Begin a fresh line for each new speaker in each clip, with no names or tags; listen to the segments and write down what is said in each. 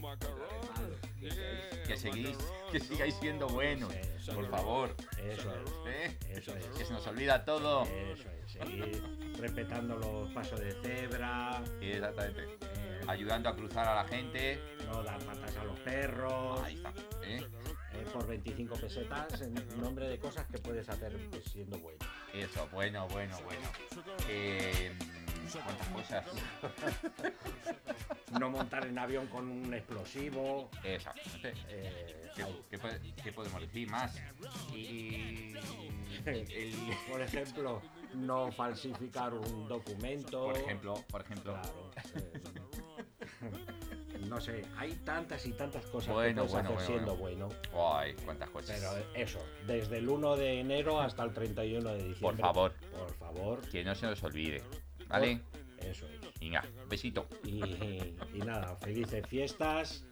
macarrón. Yeah,
Que seguís,
macarrón,
que sigáis siendo buenos,
Sí.
por favor.
Eso es.
¿eh?
Eso es.
Que se nos olvida todo.
Eso es. Seguir respetando los pasos de cebra.
Sí, exactamente.
eh,
Ayudando a cruzar a la gente.
no dar patas a los perros.
Ahí está. ¿eh?
eh, por 25 pesetas en nombre de cosas que puedes hacer pues, siendo bueno.
Eso, bueno, bueno, bueno. Eh, mm, ¿Cuántas cosas?
No montar en avión con un explosivo.
Exactamente.
eh,
¿Qué,
ahí.
qué pod- qué podemos decir más? Y. el-
Por ejemplo, no falsificar un documento.
por ejemplo, por ejemplo.
Claro. eh, no sé, hay tantas y tantas cosas
Bueno,
que puedes
bueno,
hacer
bueno,
siendo bueno.
Guay, cuántas cosas.
Pero eso, desde el 1 de enero hasta el 31 de diciembre.
Por favor.
Por favor.
Que no se nos olvide. ¿Vale?
Eso es.
Venga, besito.
Y, y nada, felices fiestas.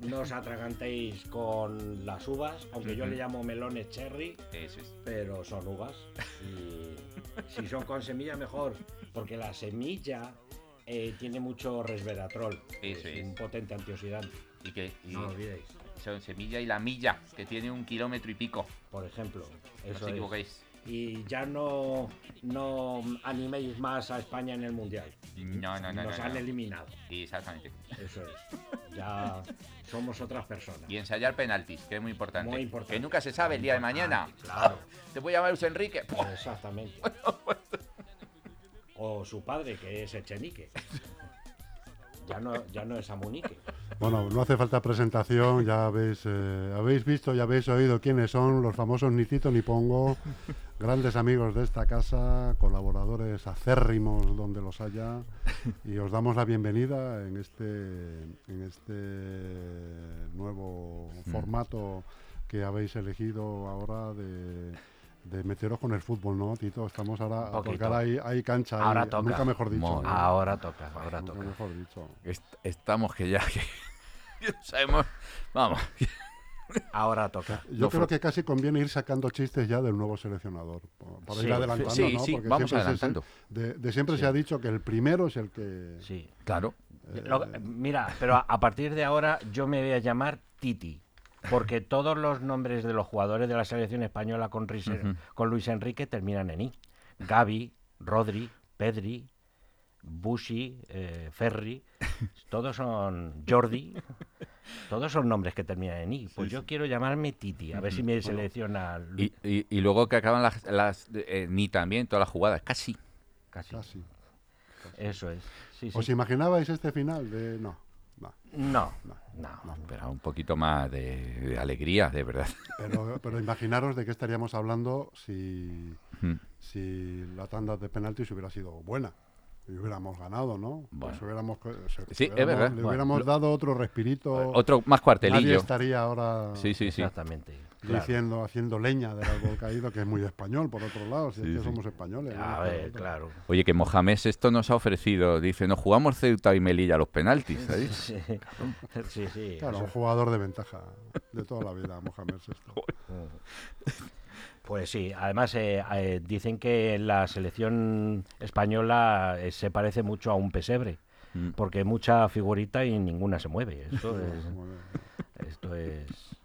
No os atragantéis con las uvas, aunque yo
Ujú.
le llamo melones cherry,
Eso es.
pero son uvas. Y si son con semilla, mejor, porque la semilla eh, tiene mucho resveratrol, que
Eso
es
es.
un potente antioxidante.
Y que y
No lo olvidéis.
son semilla y la milla, que tiene un kilómetro y pico.
Por ejemplo,
No
eso
os
es.
equivoquéis.
Y ya no, no animéis más a España en el mundial.
No, no, no,
Nos
no,
han
no.
eliminado.
Exactamente.
Eso es. Ya somos otras personas.
Y ensayar penaltis, que es muy importante.
Muy importante.
Que nunca se sabe el día de mañana.
Claro.
Te voy a llamar Luis Enrique. ¡Puah!
Exactamente. O su padre, que es Echenique. Ya no, ya no es Amunique.
Bueno, no hace falta presentación, ya habéis, eh, habéis visto y habéis oído quiénes son los famosos Ni Tito ni Pongo, grandes amigos de esta casa, colaboradores acérrimos donde los haya, y os damos la bienvenida en este, en este nuevo formato que habéis elegido ahora de, de meteros con el fútbol, ¿no, Tito? Estamos ahora,
Un
porque
poquito.
ahora hay, hay cancha, hay-
Ahora toca.
nunca mejor dicho.
Muy
¿no?
Ahora toca, ahora
Nunca
toca.
mejor dicho.
Est- Estamos que ya que, que no sabemos. Vamos. Ahora toca.
Yo
No
creo
fu-
que casi conviene ir sacando chistes ya del nuevo seleccionador. pa- Para
Sí.
ir adelantando,
Sí,
¿no?
sí, vamos
siempre se-
adelantando.
de, de siempre se ha dicho que el primero es el que.
Sí.
Claro.
Lo- mira, pero a, a partir de ahora yo me voy a llamar Titi. Porque todos los nombres de los jugadores de la selección española con, Ris- con Luis Enrique terminan en I. Gaby, Rodri, Pedri, Bushi, eh, Ferri, todos son Jordi. Todos son nombres que terminan en I. Pues yo quiero llamarme Titi, a ver si me selecciona Luis.
Y, y- y luego que acaban las. las, eh, ni también todas las jugadas. Casi.
Casi.
Casi.
Eso es. Sí,
¿Os
sí.
imaginabais este final? De... No. no.
No, no.
Pero un poquito más de, de alegría, de verdad.
Pero, pero imaginaros de qué estaríamos hablando si,
Mm.
si la tanda de penaltis hubiera sido buena. Y hubiéramos ganado, ¿no?
Bueno.
Pues hubiéramos, se-
Sí, es
hubiéramos-
verdad.
Le
Bueno,
hubiéramos
lo-
dado otro respirito.
Oh.
Otro más
Nadie
cuartelillo.
estaría ahora.
Sí, sí, sí.
Exactamente. claro.
diciendo, haciendo leña del árbol caído, que es muy español, por otro lado, si es
Sí,
que
sí.
somos españoles. ¿no?
A
Por
ver,
otro.
claro.
Oye, que Mohamed esto nos ha ofrecido. Dice, nos jugamos Ceuta y Melilla a los penaltis. ¿sabéis?
Sí, sí. sí,
Claro,
eso.
un jugador de ventaja de toda la vida, Mohamed Sesto.
Pues sí, además eh, eh, dicen que la selección española eh, se parece mucho a un pesebre,
Mm.
porque mucha figurita y ninguna se mueve. Esto
Muy
es,
bien.
Eh,
esto es,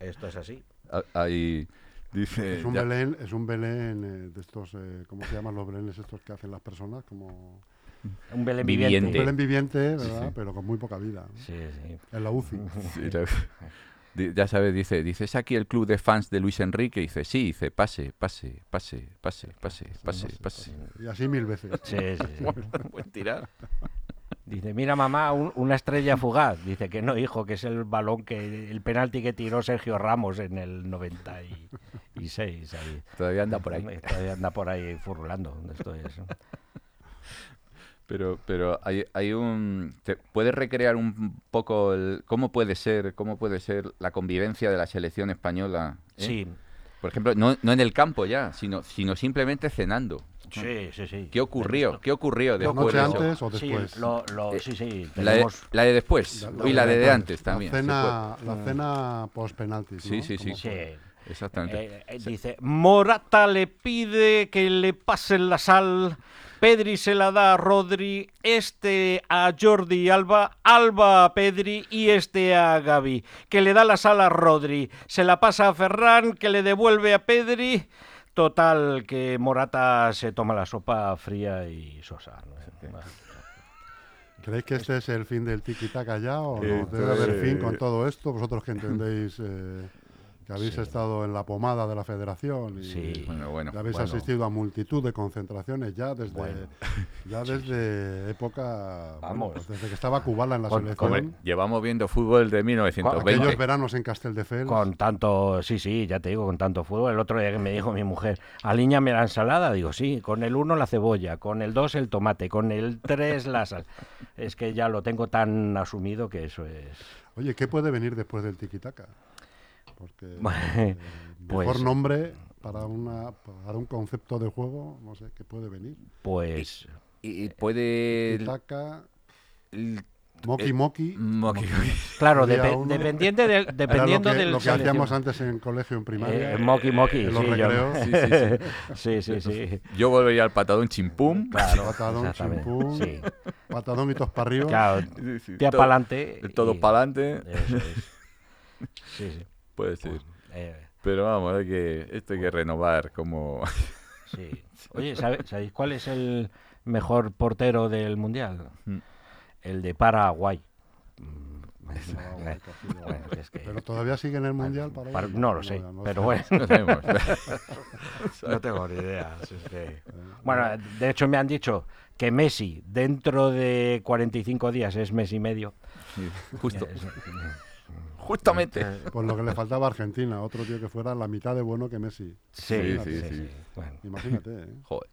esto es así.
Ah, Ahí dice.
Es un
ya-
Belén, es un Belén eh, de estos, eh, ¿cómo se llaman los Belenes estos que hacen las personas? Como
Un Belén
Viviente.
viviente.
un
Sí.
Belén viviente, ¿verdad?
sí.
Pero con muy poca vida.
Sí, sí.
En la UCI.
Sí, la- Di- Ya sabes, dice, dice, ¿es aquí el club de fans de Luis Enrique? Dice, sí, dice, pase, pase, pase, pase, pase, pase, pase.
Y así mil veces.
Sí, sí, sí.
Bueno, pues buen tirar.
Dice, mira mamá, un- una estrella fugaz. Dice que no, hijo, que es el balón que el penalti que tiró Sergio Ramos en el 96. Ahí.
Todavía anda por ahí. ¿Eh?
Todavía anda por ahí furulando. Esto es.
Pero, pero hay, hay un... ¿te ¿Puedes recrear un poco el, cómo puede ser cómo puede ser la convivencia de la selección española? eh?
Sí,
Por ejemplo, no, no en el campo ya, sino, sino simplemente cenando.
sí, sí, sí.
¿Qué ocurrió? ¿qué ocurrió
La
después
noche
de eso?
antes o después.
Sí, lo, lo-
Eh,
sí, sí,
La de,
tenemos-
la de después y la de, de antes también.
La
se Ah.
cena, la cena post-penaltis.
Sí,
¿no?
sí, sí.
Como-
sí.
fue. Exactamente.
Eh, eh, dice, Morata le pide que le pasen la sal, Pedri se la da a Rodri, este a Jordi y Alba, Alba a Pedri y este a Gaby, que le da la sala a Rodri, se la pasa a Ferran, que le devuelve a Pedri. Total, que Morata se toma la sopa fría y sosa. ¿no?
¿Creéis que este es el fin del tiki-taka ya o no? Debe
Este
haber fin con todo esto, vosotros que entendéis eh, que habéis estado en la pomada de la federación y,
Sí.
Bueno, bueno.
Ya habéis
bueno.
asistido a multitud de concentraciones ya desde, ya desde época.
Vamos.
pues desde que estaba Kubala en la
Con-
selección.
Hombre, llevamos viendo fútbol de
aquellos
1920.
veranos en Casteldefels.
Con tanto, sí, sí, ya te digo, con tanto fútbol. El otro día que me dijo mi mujer, alíñame la ensalada, digo, sí, con el 1 la cebolla, con el 2 el tomate, con el 3 la sal. Es que ya lo tengo tan asumido que eso es...
Oye, ¿qué puede venir después del tiquitaca? Porque eh, mejor
Pues-
nombre para una para un concepto de juego, no sé qué puede venir.
Pues...
Y puede... el-
Tiki-taka,
el-
moki moki.
Moki-
Claro,
Día
depe-
uno.
dependiente del-
Era lo
dependiendo
que,
del...
lo que
selección.
hacíamos antes en colegio en primaria.
Eh, moqui, moqui,
en los
sí, yo-
recreos.
Sí, sí, sí.
Sí, sí, sí.
Yo volvería al patadón chimpum.
Claro,
Patadón,
exactamente,
chimpún,
sí.
patadón y tos para arriba.
Claro,
Sí, sí,
tía
todo-
pa'lante
Todo
y-
para adelante.
eso es. Sí, sí.
Puede ser.
Eh,
Pero vamos, hay que, esto hay que renovar como...
Sí. Oye, ¿sabe- ¿sabéis cuál es el mejor portero del mundial?
Mm.
El de Paraguay. Mm,
Paraguay, que ha sido-
Bueno, es que-
Pero todavía sigue en el mundial para
Par- no lo sé, pero bueno,
No sabemos.
no tengo ni idea. si es que- Bueno, de hecho me han dicho que Messi dentro de 45 días es mes y medio.
Sí, Justo.
Es-
Justamente.
Por Pues lo que le faltaba a Argentina, otro tío que fuera la mitad de bueno que Messi.
Sí,
Sí, sí, sí.
Bueno,
Imagínate. ¿eh?
Joder.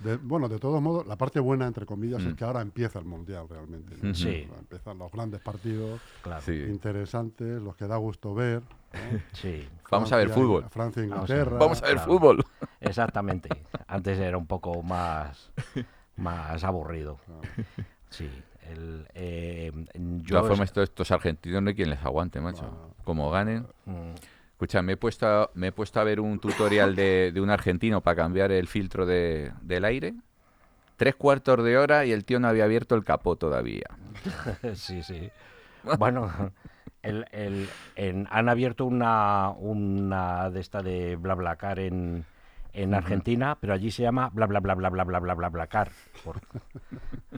De- bueno, de todos modos, la parte buena, entre comillas, es que ahora empieza el mundial realmente. ¿no?
Mm. Sí.
Ahora Empiezan los grandes partidos,
claro. Sí.
Sí.
interesantes, los que da gusto ver.
Vamos a ver
Francia-
fútbol.
Francia, e
Vamos a ver.
Inglaterra.
Vamos a ver
Claro.
fútbol.
exactamente. Antes era un poco más, más aburrido. Sí. El, eh,
De todas
yo
formas, esto- estos argentinos no hay quien les aguante, macho. Como ganen.
Mm,
Escucha, me he puesto a, me he puesto a ver un tutorial de, de un argentino para cambiar el filtro de- del aire. Tres cuartos de hora y el tío no había abierto el capó todavía.
sí, sí. Bueno, el- el- en- han abierto una, una de esta de BlaBlaCar en, en Argentina, pero allí se llama bla bla bla bla bla bla bla bla blacar. por-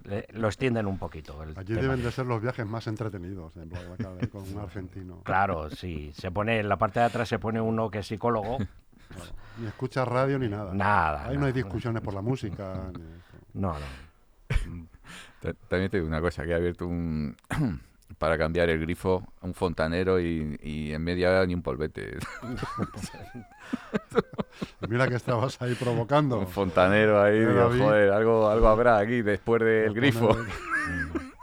le- lo extienden un poquito. el
Allí
tema.
deben de ser los viajes más entretenidos en BlaBlaCar, ¿eh? con un argentino.
Claro, sí. Se pone en la parte de atrás se pone uno que es psicólogo.
Claro. Ni escuchas radio ni nada.
Nada,
Ahí no hay
nada.
discusiones por la música. ni eso.
No, no.
Ta- También te digo una cosa, que he abierto un... para cambiar el grifo, un fontanero y, y en media hora ni un polvete.
Mira que estabas ahí provocando.
Un fontanero ahí,
Yo
digo,
lo vi.
joder, algo, algo habrá aquí después del grifo.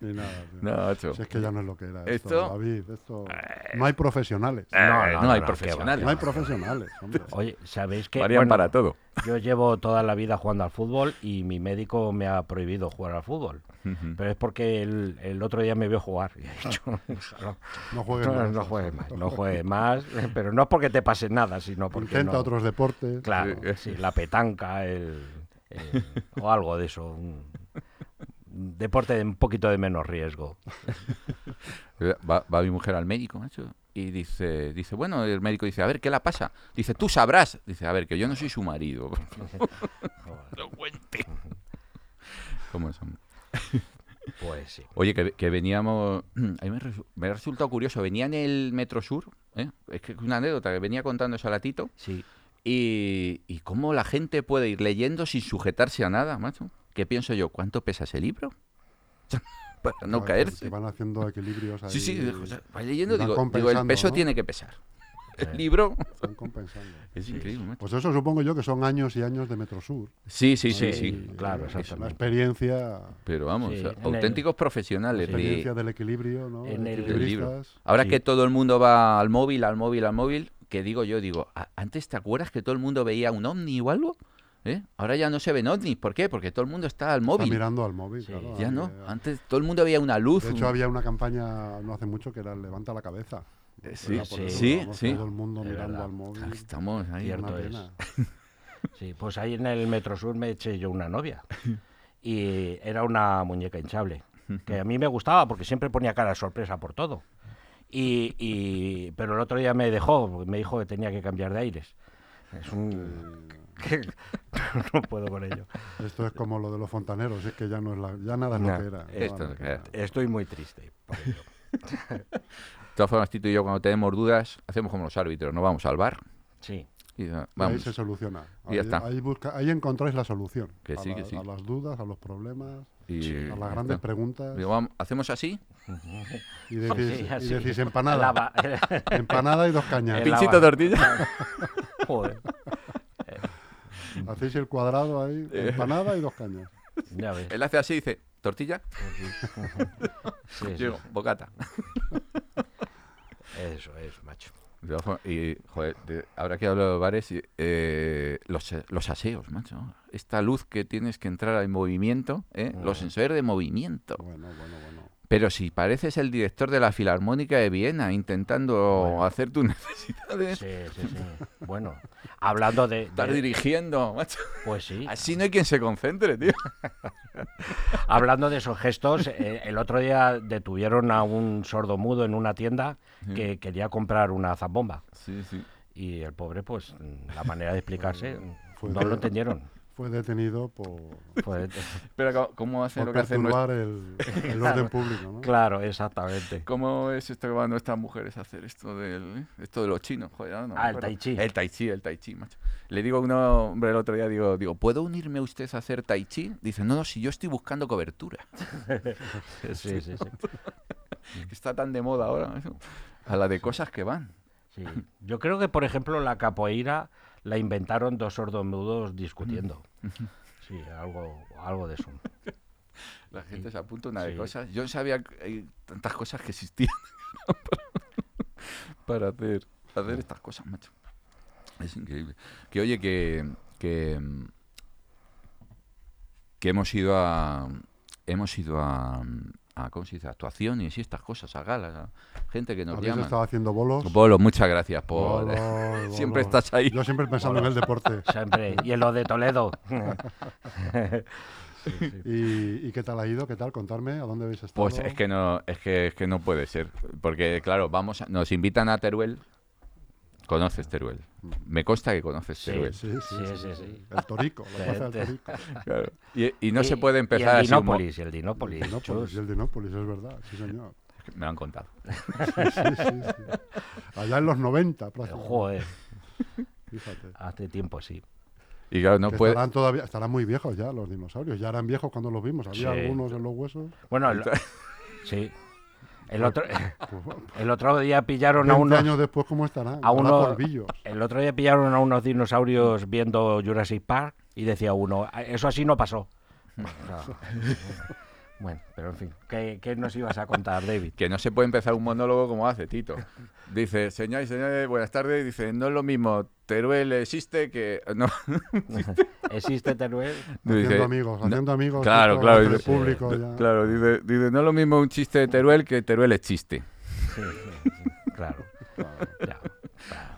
Y nada, tío.
No, macho.
Si es que ya no es lo que era esto,
Esto-
David, esto... No hay profesionales.
Eh,
No, no, no,
hay
no,
profesionales.
No hay profesionales, hombre.
Oye, ¿sabéis que
Varían
bueno,
para todo.
Yo llevo toda la vida jugando al fútbol y mi médico me ha prohibido jugar al fútbol.
Ujú.
Pero es porque el, el otro día me vio jugar y ha dicho, "Ojalá,
No juegues
no,
más.
no juegues más, no juegues más, pero no es porque te pase nada, sino porque
Intenta
no-
otros deportes.
Claro,
Sí. eh.
sí, la petanca, el, el- o algo de eso, un, un deporte de un poquito de menos riesgo.
Va, va mi mujer al médico, macho, y dice, dice, bueno, el médico dice, a ver, ¿qué la pasa? Dice, tú sabrás. Dice, a ver, que yo no soy su marido. No cuente. ¿Cómo es, hombre?
Pues sí.
Oye, que, que veníamos. A mí me, resu- me ha resultado curioso. Venía en el Metro Sur, ¿eh? es que es una anécdota que venía contando eso a Latito.
Sí,
Y, y cómo la gente puede ir leyendo sin sujetarse a nada, macho. ¿Qué pienso yo? ¿Cuánto pesa ese libro? Para no
Claro, que-
caerse.
que van haciendo equilibrios ahí.
Sí, sí, o sea, vas leyendo, digo,
van
digo, el
compensando,
peso
¿no?
tiene que pesar.
eh.
El libro.
Están compensando.
Es increíble, macho.
Pues eso supongo yo que son años y años de Metrosur.
Sí, sí, sí,
Eh,
Sí.
sí.
claro,
Es una
exactamente.
experiencia,
Pero vamos,
Sí,
o sea,
en el-
auténticos profesionales. de-
experiencia del equilibrio, ¿no?
En el-
del libro.
Equilibristas.
Ahora
Sí.
que todo el mundo va al móvil, al móvil, al móvil, que digo yo, digo, "A- antes te acuerdas que todo el mundo veía un ovni o algo, ¿Eh? Ahora ya no se ven ovnis, ¿por qué? Porque todo el mundo está al
Está
móvil.
mirando al móvil,
Sí.
claro,
ya
ahí,
no,
eh,
antes todo el mundo veía una luz.
De hecho,
un-
había una campaña no hace mucho que era Levanta la cabeza.
Eh, sí,
Era por
sí,
eso,
sí,
vamos,
sí.
Todo el mundo
Es
mirando
verdad.
al móvil.
Ah, Estamos ahí.
Cierto.
Una
es.
pena.
Sí, pues ahí en el Metro Sur me eché yo una novia. Y era una muñeca hinchable, que a mí me gustaba porque siempre ponía cara de sorpresa por todo. Y, y- pero el otro día me dejó, porque me dijo que tenía que cambiar de aires. Es un... que- no puedo con ello.
Esto es como lo de los fontaneros, es que ya no es la, ya nada es
No,
lo que era. ya
esto
nada
no
que
queda.
era.
Estoy muy triste. por ello.
De todas formas, Tito y yo, cuando tenemos dudas, hacemos como los árbitros, nos vamos al bar.
Sí.
Y ah,
Y Ahí
vamos.
se soluciona.
Y
Ahí,
ya está.
ahí busca- ahí encontráis la solución.
Que
a,
sí, que
la-
sí.
a las dudas, a los problemas,
Y-
a las grandes preguntas.
Digo, vamos, ¿hacemos así?
Y decís,
Sí,
y
así.
decís empanada.
La va-
Empanada y dos cañas.
El
Pinchito de
Habana.
tortilla.
Joder,
Hacéis el cuadrado ahí,
Eh.
empanada y dos cañas.
ya ves.
Él hace así y dice, ¿tortilla?
Sí, sí,
Digo, bocata.
Eso es, macho.
De todas formas, Y, joder, de- ahora que hablo de bares, y, eh, los, los aseos, macho. Esta luz que tienes que entrar en movimiento, ¿eh? los sensores de movimiento.
Bueno, bueno, bueno.
Pero si pareces el director de la Filarmónica de Viena intentando hacer tus necesidades,
Sí, sí, sí. Bueno, hablando de.
estar
de-
dirigiendo, macho.
pues sí.
Así no hay quien se concentre, tío.
Hablando de esos gestos, eh, el otro día detuvieron a un sordo mudo en una tienda que quería comprar una zambomba.
Sí, sí.
Y el pobre, pues, mm, la manera de explicarse, mm,
Fue
no
de-
lo entendieron.
Fue detenido por,
Fue-
Pero ¿cómo- ¿cómo hacen
por
lo que hacen nuestras-
perturbar el, el orden público, ¿no?
claro, exactamente.
¿Cómo es esto que van nuestras mujeres a hacer esto del esto de los chinos? Joder, ahora no me
Ah, el
acuerdo.
tai chi.
El tai chi, el tai chi, macho. Le digo a un hombre el otro día, digo, digo, ¿puedo unirme a usted a hacer tai chi? Dice, no, no, si yo estoy buscando cobertura, Pues
Sí, sí, sí.
que está tan de moda ahora. macho. A la de cosas que van.
sí. Yo creo que, por ejemplo, la capoeira la inventaron dos sordos mudos discutiendo. Sí, algo, algo de eso.
La gente se apunta una de
Sí.
cosas. Yo no sabía que hay tantas cosas que existían para hacer, hacer estas cosas, macho. Es increíble. Que oye, que, que, mm, que hemos ido a. Hemos ido a. mm, a, ¿Cómo se dice? A Actuaciones y estas cosas, a galas, a gente que nos
Habéis
llama.
estado haciendo bolos.
Bolo, muchas gracias por.
Bolos,
Siempre
bolos.
estás ahí.
Yo siempre pensando en el deporte.
Siempre. Y en los de Toledo.
¿Y, y qué tal ha ido? ¿Qué tal? Contarme, ¿a dónde habéis estado?
Pues es que no, es que, es que no puede ser. Porque, claro, vamos a- nos invitan a Teruel. Conoces Teruel. Me consta que conoces
Sí,
Teruel.
sí, sí. sí, sí.
El Torico, la plaza del Torico.
claro. Y, y no se
Y-
puede empezar
y
así.
el
humo-
Dinópolis, y el Dinópolis.
Dinópolis,
chus.
y el Dinópolis, es verdad, sí señor.
Me lo han contado.
Allá en los 90,
Eh,
prácticamente.
Joder,
Fíjate.
hace tiempo sí.
Y claro, no
Que
puede.
estarán, todavía, estarán muy viejos ya los dinosaurios. Ya eran viejos cuando los vimos. Había
Sí.
algunos en los huesos.
Bueno, el- sí. El otro, el otro día pillaron a
20
unos,
Pues, años después, ¿cómo estarán?
a
Habrá
unos-
polvillos.
el otro día pillaron a unos dinosaurios viendo Jurassic Park y decía uno, "Ah, eso así no pasó. O sea, bueno, pero en fin, ¿qué, qué nos ibas a contar, David?
Que no se puede empezar un monólogo como hace Tito. Dice, señor y señores, buenas tardes. Dice, no es lo mismo Teruel existe que. No.
¿Existe Teruel?
Haciendo
Dice,
amigos,
no.
haciendo amigos.
Claro,
esto
claro,
entre el
dice-
público ya.
Claro, dice, dice, no es lo mismo un chiste de Teruel que Teruel es chiste.
Sí, sí, sí, claro. Ya.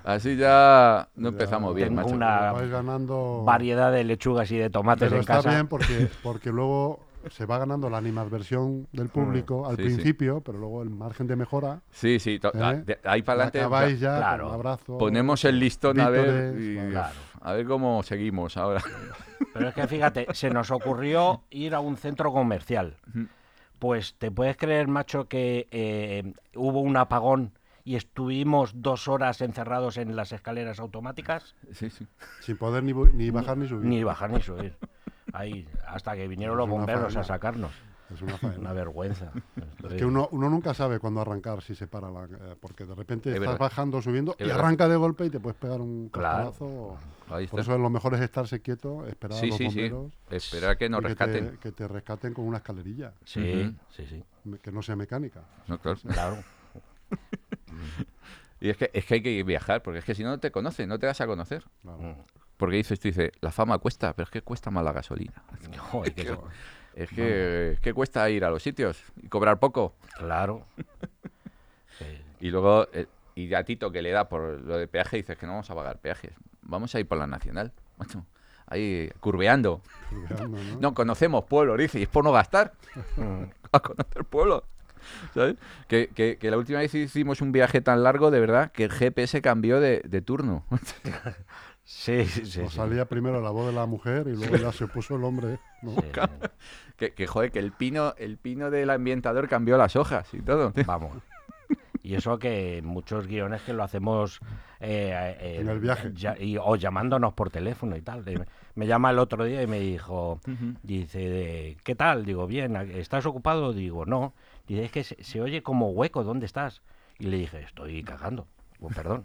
Así ya no
Ya.
empezamos bien,
Tengo
macho.
una
Vais ganando...
variedad de lechugas y de tomates
Oh. Pero
en
está
casa.
bien porque, porque luego se va ganando la animadversión del público al
Mm, Sí, sí.
principio, pero luego el margen de mejora.
Sí, sí, to-
¿Eh?
ah, de- ahí para adelante.
acabáis ya
claro.
con un abrazo.
Ponemos el listón a ver,
vítores,
y-
vale.
Claro.
a ver cómo seguimos ahora.
Pero es que fíjate, se nos ocurrió ir a un centro comercial. Pues te puedes creer, macho, que eh, hubo un apagón y estuvimos dos horas encerrados en las escaleras automáticas,
Sí, sí.
Sin poder ni, bu- ni bajar ni subir.
ni bajar ni subir. Ahí, hasta que vinieron
Es
los
una
bomberos
faena.
a sacarnos.
Es una
Una
faena.
vergüenza.
Es que uno, uno nunca sabe cuándo arrancar si se para, la, eh, porque de repente
Es
estás
verdad.
bajando, subiendo
Es
y
verdad.
arranca de golpe y te puedes pegar un
Claro.
castazo. o-
Ahí está.
Por eso lo mejor es estarse quieto, esperar a
sí,
los
sí, sí.
bomberos
Esperar que nos
y que
rescaten.
Te, que te rescaten con una escalerilla
Sí,
Ujú.
sí, sí,
me- que no sea mecánica.
No, claro.
claro.
Y es que, es que hay que viajar, porque es que si no, no te conocen, no te vas a conocer.
Claro.
Mm.
Porque dices, tú dices, la fama cuesta, pero es que cuesta más la gasolina.
Joder, que eso-
Es que, es que cuesta ir a los sitios y cobrar poco.
claro. Sí,
Y luego, eh, y a Tito que le da por lo de peaje, dices que no vamos a pagar peajes. Vamos a ir por la nacional, macho. ahí curveando.
Curveando, ¿no?
No conocemos pueblos, dice, y es por no gastar. a conocer pueblos. ¿Sabes? Que, que- que la última vez hicimos un viaje tan largo, de verdad, que el GPS cambió de, de turno.
Sí, sí, sí.
O
sí.
salía primero la voz de la mujer y luego ya se puso el hombre. ¿no?
Sí, sí.
que, que, joder, que el pino, el pino del ambientador cambió las hojas y todo.
Vamos. Y eso que muchos guiones que lo hacemos eh, eh,
En el viaje.
ya- y- o llamándonos por teléfono y tal. Y me- Me llama el otro día y me dijo, dice, "Eh, ¿qué tal? Digo, bien, ¿a- ¿estás ocupado? Digo, no. Dice, es que se, se oye como hueco, ¿dónde estás? Y le dije, estoy cagando. Digo, perdón.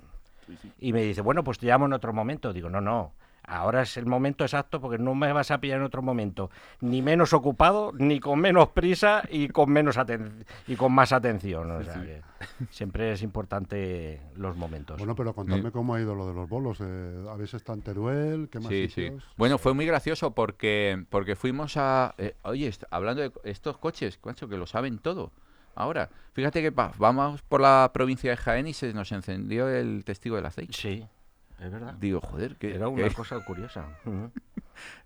Y me dice, bueno, pues te llamo en otro momento. Digo, no, no. Ahora es el momento exacto porque no me vas a pillar en otro momento. Ni menos ocupado, ni con menos prisa y con menos aten- y con más atención. O sea que siempre es importante los momentos.
Bueno, pero contadme cómo ha ido lo de los bolos. eh, ¿Habéis estado en Teruel? ¿Qué más
Sí, sí.
sitios?
Bueno, fue muy gracioso porque, porque fuimos a... eh, oye, est- hablando de co- estos coches, macho, que lo saben todo. Ahora, fíjate que pa- vamos por la provincia de Jaén y se nos encendió el testigo del aceite.
sí, es verdad.
Digo, joder, que,
Era una
que-
cosa curiosa. Ujú.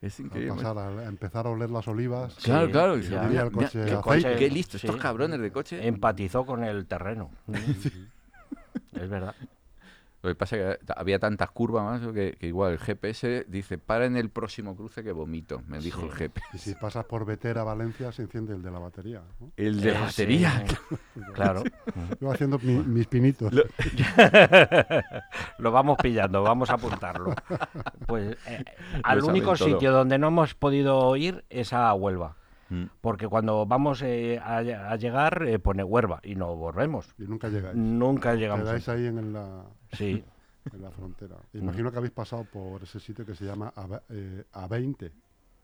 es
A
increíble.
pasar a- a empezar a oler las olivas.
Sí.
Claro, claro.
ya.
mira,
Tenía
mira,
el coche
qué,
aceite.
coche- qué listos,
Sí.
estos cabrones de coche.
Empatizó con el terreno. Es verdad.
Lo que pasa es que había tantas curvas más que, que igual el GPS dice, para en el próximo cruce que vomito, me dijo
Sí.
el GPS.
Y si pasas por Vetera, Valencia, se enciende el de la batería. ¿no?
El de la
Eh, sí,
batería.
Claro.
Yo haciendo mi- mis pinitos.
Lo vamos pillando, vamos a apuntarlo. Pues eh, al
saben
único
todo.
sitio donde no hemos podido ir es a Huelva.
Mm.
Porque cuando vamos eh, a, a llegar eh, pone Huelva y no volvemos.
Y nunca llegáis.
Nunca llegamos.
Quedáis ahí en la,
Sí,
en la frontera. Imagino que habéis pasado por ese sitio que se llama A- eh, A20,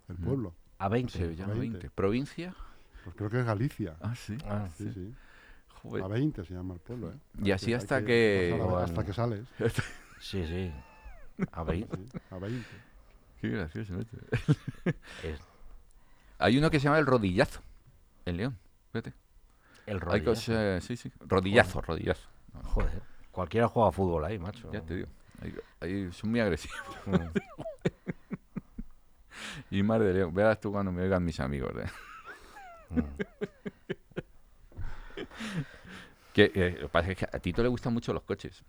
el pueblo.
a 20.
Sevillano
20.
20. ¿Provincia?
Pues creo que es Galicia.
Ah, sí.
Ah,
Sí, sí.
Joder.
A20 se llama el pueblo. ¿eh?
Y así
Hay
hasta que-
pasar a-
Bueno.
Hasta que sales.
sí, sí. A 20.
Sí, A20.
Qué gracioso. macho.
Es
Hay uno que se llama el rodillazo. El león. Fíjate.
el
Hay
rollo. ¿eh?
cosas- eh, sí, sí. Rodillazo, rodillazo.
Joder. Cualquiera juega a fútbol ahí, macho.
Ya te digo. Hay- hay- son muy agresivos.
Mm.
Y mar de león. Verás tú cuando me oigan mis amigos. ¿eh?
Mm.
que, eh, lo que pasa es que a Tito le gustan mucho los coches.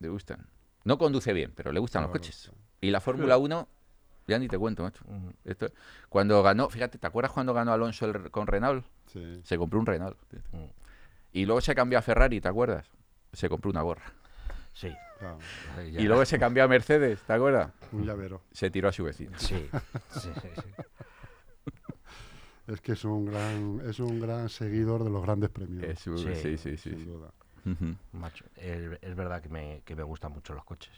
Le gustan. No conduce bien, pero le gustan los coches. Y la Fórmula 1, ya ni te cuento, macho.
Mm.
Esto, cuando ganó, fíjate, ¿te acuerdas cuando ganó Alonso el- con Renault?
Sí.
Se compró un Renault.
Mm.
Y luego se cambió a Ferrari, ¿te acuerdas? Se compró una gorra.
Sí.
claro,
ya.
Y luego se cambió a Mercedes, ¿te acuerdas?
un llavero.
Se tiró a su vecino.
Sí, sí, sí, sí.
Es que es un gran, es un gran seguidor de los grandes premios.
Eh, su-
Sí.
sí, sí, sí. sí.
sin duda.
Ujú.
Macho, el- es verdad que me, que me gustan mucho los coches.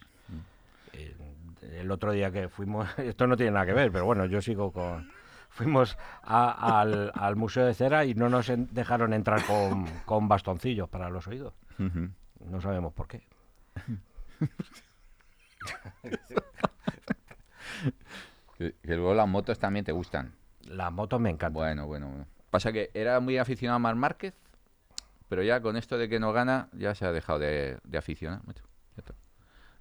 Eh, el otro día que fuimos, esto no tiene nada que ver, pero bueno, yo sigo con... Fuimos a- al, al Museo de Cera y no nos en- dejaron entrar con, con bastoncillos para los oídos.
Ujú.
No sabemos por qué.
Que, que luego las motos también te gustan.
Las motos me encantan.
Bueno, bueno, bueno. Pasa que era muy aficionado a Mar Márquez, pero ya con esto de que no gana, ya se ha dejado de, de aficionar. macho. Ya está.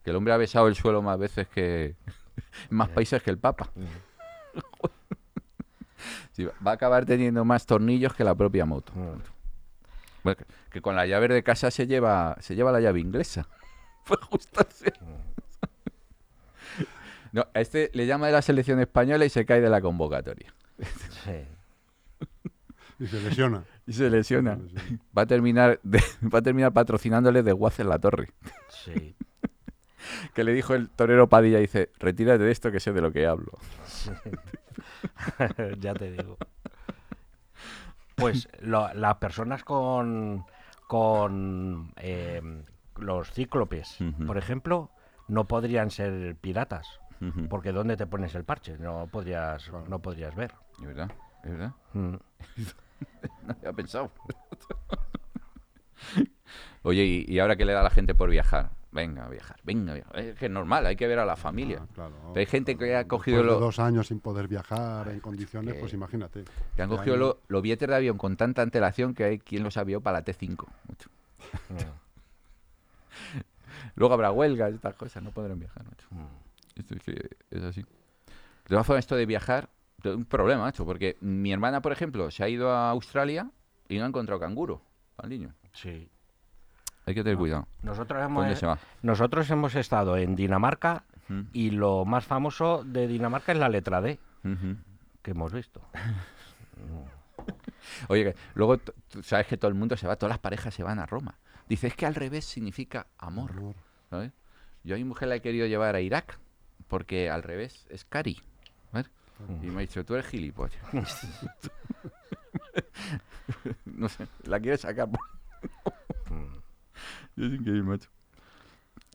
Que el hombre ha besado el suelo más veces que. en más países que el Papa. Sí, va va a acabar teniendo más tornillos que la propia moto.
Mm.
Bueno, que, que con la llave de casa se lleva, se lleva la llave inglesa. Fue justo así. No, a este le llama de la selección española y se cae de la convocatoria.
Sí.
Y se lesiona.
Y se lesiona.
Se lesiona.
Va a terminar, de- va a terminar patrocinándole de Guaz en la torre.
Sí,
Que le dijo el torero Padilla, dice, retírate de esto que sé de lo que hablo.
ya te digo. Pues lo- las personas con, con eh, los cíclopes,
Ujú.
por ejemplo, no podrían ser piratas. Porque ¿dónde te pones el parche? No podrías, no podrías ver.
Es verdad, es verdad.
Mm.
No había pensado. Oye, ¿y, y ahora qué le da a la gente por viajar? Venga, a viajar, venga, a viajar. Es que es normal, hay que ver a la familia.
Ah, claro.
Pero hay gente que ha
Después
cogido
de
lo-
dos años sin poder viajar en condiciones,
que-
pues imagínate.
Que han cogido
Ya,
lo- los billetes de avión con tanta antelación que hay quien los avió para la T5. macho. Luego habrá huelgas, y estas cosas, no podrán viajar. macho. Esto es, que es así. De todas formas, esto de viajar, es un problema, macho, porque mi hermana, por ejemplo, se ha ido a Australia y no ha encontrado canguro al niño.
Sí.
Hay que tener cuidado.
Nosotros
¿Dónde
hemos,
se va?
nosotros hemos estado en Dinamarca
Mm.
y lo más famoso de Dinamarca es la letra D
Ujú.
que hemos visto.
Oye, que luego t- tú sabes que todo el mundo se va, todas las parejas se van a Roma. Dice, es que al revés significa amor. ¿sabes? Yo a mi mujer la he querido llevar a Irak, porque al revés es Cari. ¿sabes? Y me ha dicho, tú eres gilipollas. no sé, la quiere sacar. por- es increíble, macho.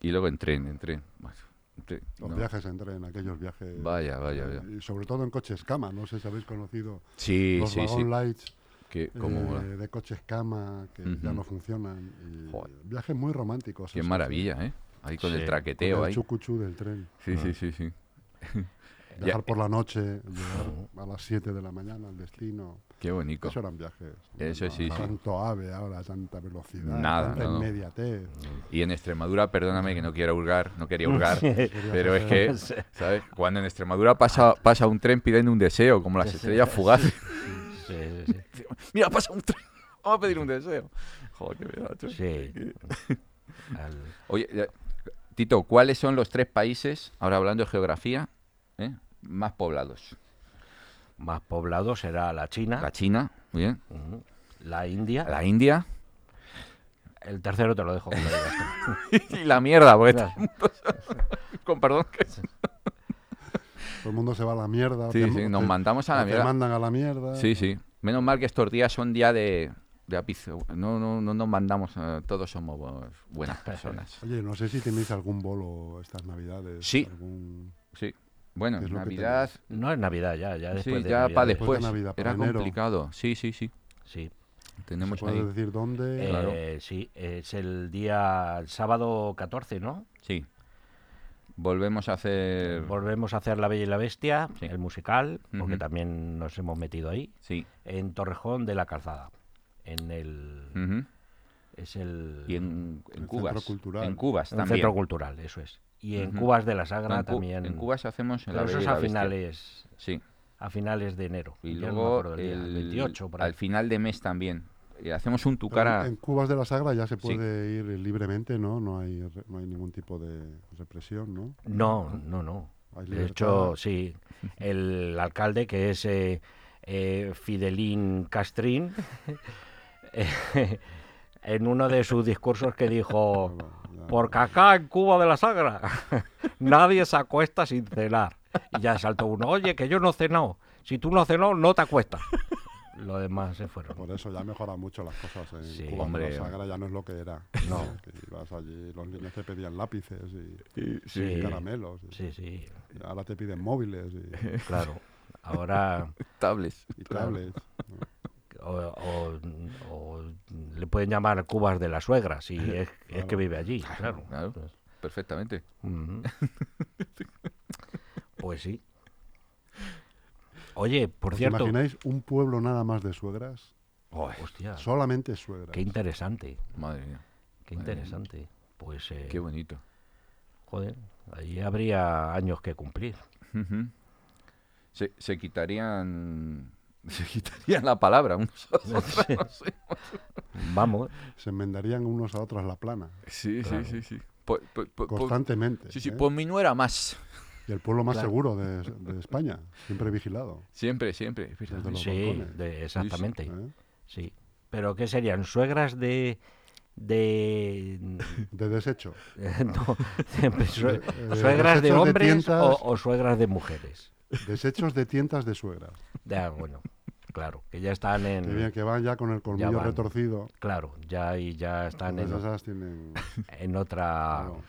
Y luego en tren, en tren. macho, en tren,
Los
no.
viajes en tren, aquellos viajes.
Vaya, vaya,
eh,
vaya.
Y sobre todo en coches cama, no sé si habéis conocido
Sí,
los
sí,
wagon
sí.
lights
Que, cómo
eh,
mola.
de coches cama que ya
Ujú.
no funcionan. y
Joder.
Viajes muy románticos.
Qué
esos,
maravilla, ¿eh? Ahí con el
Sí,
eh, con
traqueteo
el Ah.
ahí.
chucuchú del tren.
Sí, sí, sí, sí. Ya.
Viajar por la noche, llegar a las 7 de la mañana al destino.
Qué bonito.
Eso eran viajes.
Eso sí, sí.
Tanto ave ahora, tanta velocidad,
Nada,
tanta
no, no.
inmediatez.
Y en Extremadura, perdóname que no quiero hurgar, no quería hurgar, pero es que, ¿sabes? Cuando en Extremadura pasa, pasa un tren pidiendo un deseo, como las estrellas fugaces.
Sí, sí,
Mira, pasa un tren, vamos a pedir un deseo. Joder, qué verdad, tú.
sí. Sí. Al-
Oye, ya- Tito, ¿cuáles son los tres países, ahora hablando de geografía, eh, más poblados?
más poblado será la China,
La China, muy bien.
ujú, la India.
La India
El tercero te lo dejo. que lo digas tú.
y la mierda, porque
Claro.
con perdón. que-
Todo el mundo se va a la mierda.
Sí,
te-
sí, nos
te-
mandamos a la
te
mierda.
mandan a la mierda.
Sí, sí. Menos mal que estos días son día de, de apicio. No, no, no nos mandamos, eh, todos somos bu- buenas personas.
Oye, no sé si tenéis algún bolo estas navidades.
Sí.
algún-
Sí. Bueno,
Es lo que
Navidad,
No es Navidad ya, ya después
sí,
de
ya para
Navidades.
después.
Después de Navidad, para
Era
enero.
complicado. Sí, sí, sí.
Sí,
Tenemos
¿Puedes
ahí.
decir dónde?
Eh,
Claro.
sí, es el día el sábado 14, ¿no?
Sí. Volvemos a hacer.
Volvemos a hacer La Bella y la Bestia,
Eh. Sí.
el musical, porque
Ujú.
también nos hemos metido ahí,
Sí.
en Torrejón de la Calzada. En el.
Ujú.
Es el.
Mm. Y en,
El
en
centro
Cubas.
cultural.
En Cubas
un
también.
centro cultural, eso es. Y en
Ujú.
Cubas de la
No,
Sagra
en Cu-
también.
En Cubas hacemos. en
Pero
la Bella
eso es
y la
a
Bestia.
finales,
Sí.
a finales de enero.
Y
ya no me
luego
acuerdo del día,
el-
28 por ahí.
al final de mes también. Y hacemos un tu
Pero en-
cara.
En Cubas de la Sagra ya se
Sí.
puede ir libremente, ¿no? No hay, re- no hay ningún tipo de represión, ¿no?
No, no, no.
Hay
De hecho,
libertad.
sí. El alcalde, que es eh, eh, Fidelín Castrín, eh, en uno de sus discursos que dijo,
ya.
porque acá en Cuba de la Sagra nadie se acuesta sin cenar. Y ya saltó uno, oye, que yo no he cenado. Si tú no has cenado, no te acuestas. Los demás se fueron.
Por eso ya mejoran mucho las cosas. En
Sí,
Cubas
hombre.
de la Sagra ya no es lo que era.
No.
Que ibas allí, los niños te pedían lápices y,
Sí,
y caramelos. y-
sí, sí,
y ahora te piden móviles y,
claro. Ahora
Tablets.
y tablets. ¿no?
o, o- o le pueden llamar cubas de la suegra si es, es que vive allí, claro.
Claro, perfectamente.
Ujú. Pues sí. Oye, por
¿Os
cierto,
imagináis un pueblo nada más de suegras?
hostia,
Solamente suegras.
qué interesante,
Madre mía,
qué
Madre mía.
interesante. Pues, eh,
qué bonito.
joder, ahí habría años que cumplir.
Ujú. se, se quitarían se quitarían la palabra unos a otros. no sé.
Vamos,
Se enmendarían unos a otros la plana.
Sí,
Claro.
sí, sí, sí. Po- po- po- po-
Constantemente.
sí, sí,
¿eh?
pues mi no era más.
Y el pueblo más
Claro.
seguro de, de España, siempre vigilado.
Siempre, siempre. es verdad.
Desde los
sí, Ah.
balcones.
de- exactamente,
¿eh?
sí. Pero ¿qué serían? ¿Suegras de...? de
De desecho.
No, siempre sue-
eh,
suegras de
desechos de
hombres
tientas.
o, o suegras de mujeres.
Desechos de tientas de suegras.
Ya, bueno, claro, que ya están
Que, bien,
en.
que van ya con el colmillo
Mm. van.
retorcido.
Claro, ya y ya están
Pues
en,
esas tienen.
en otra.
claro,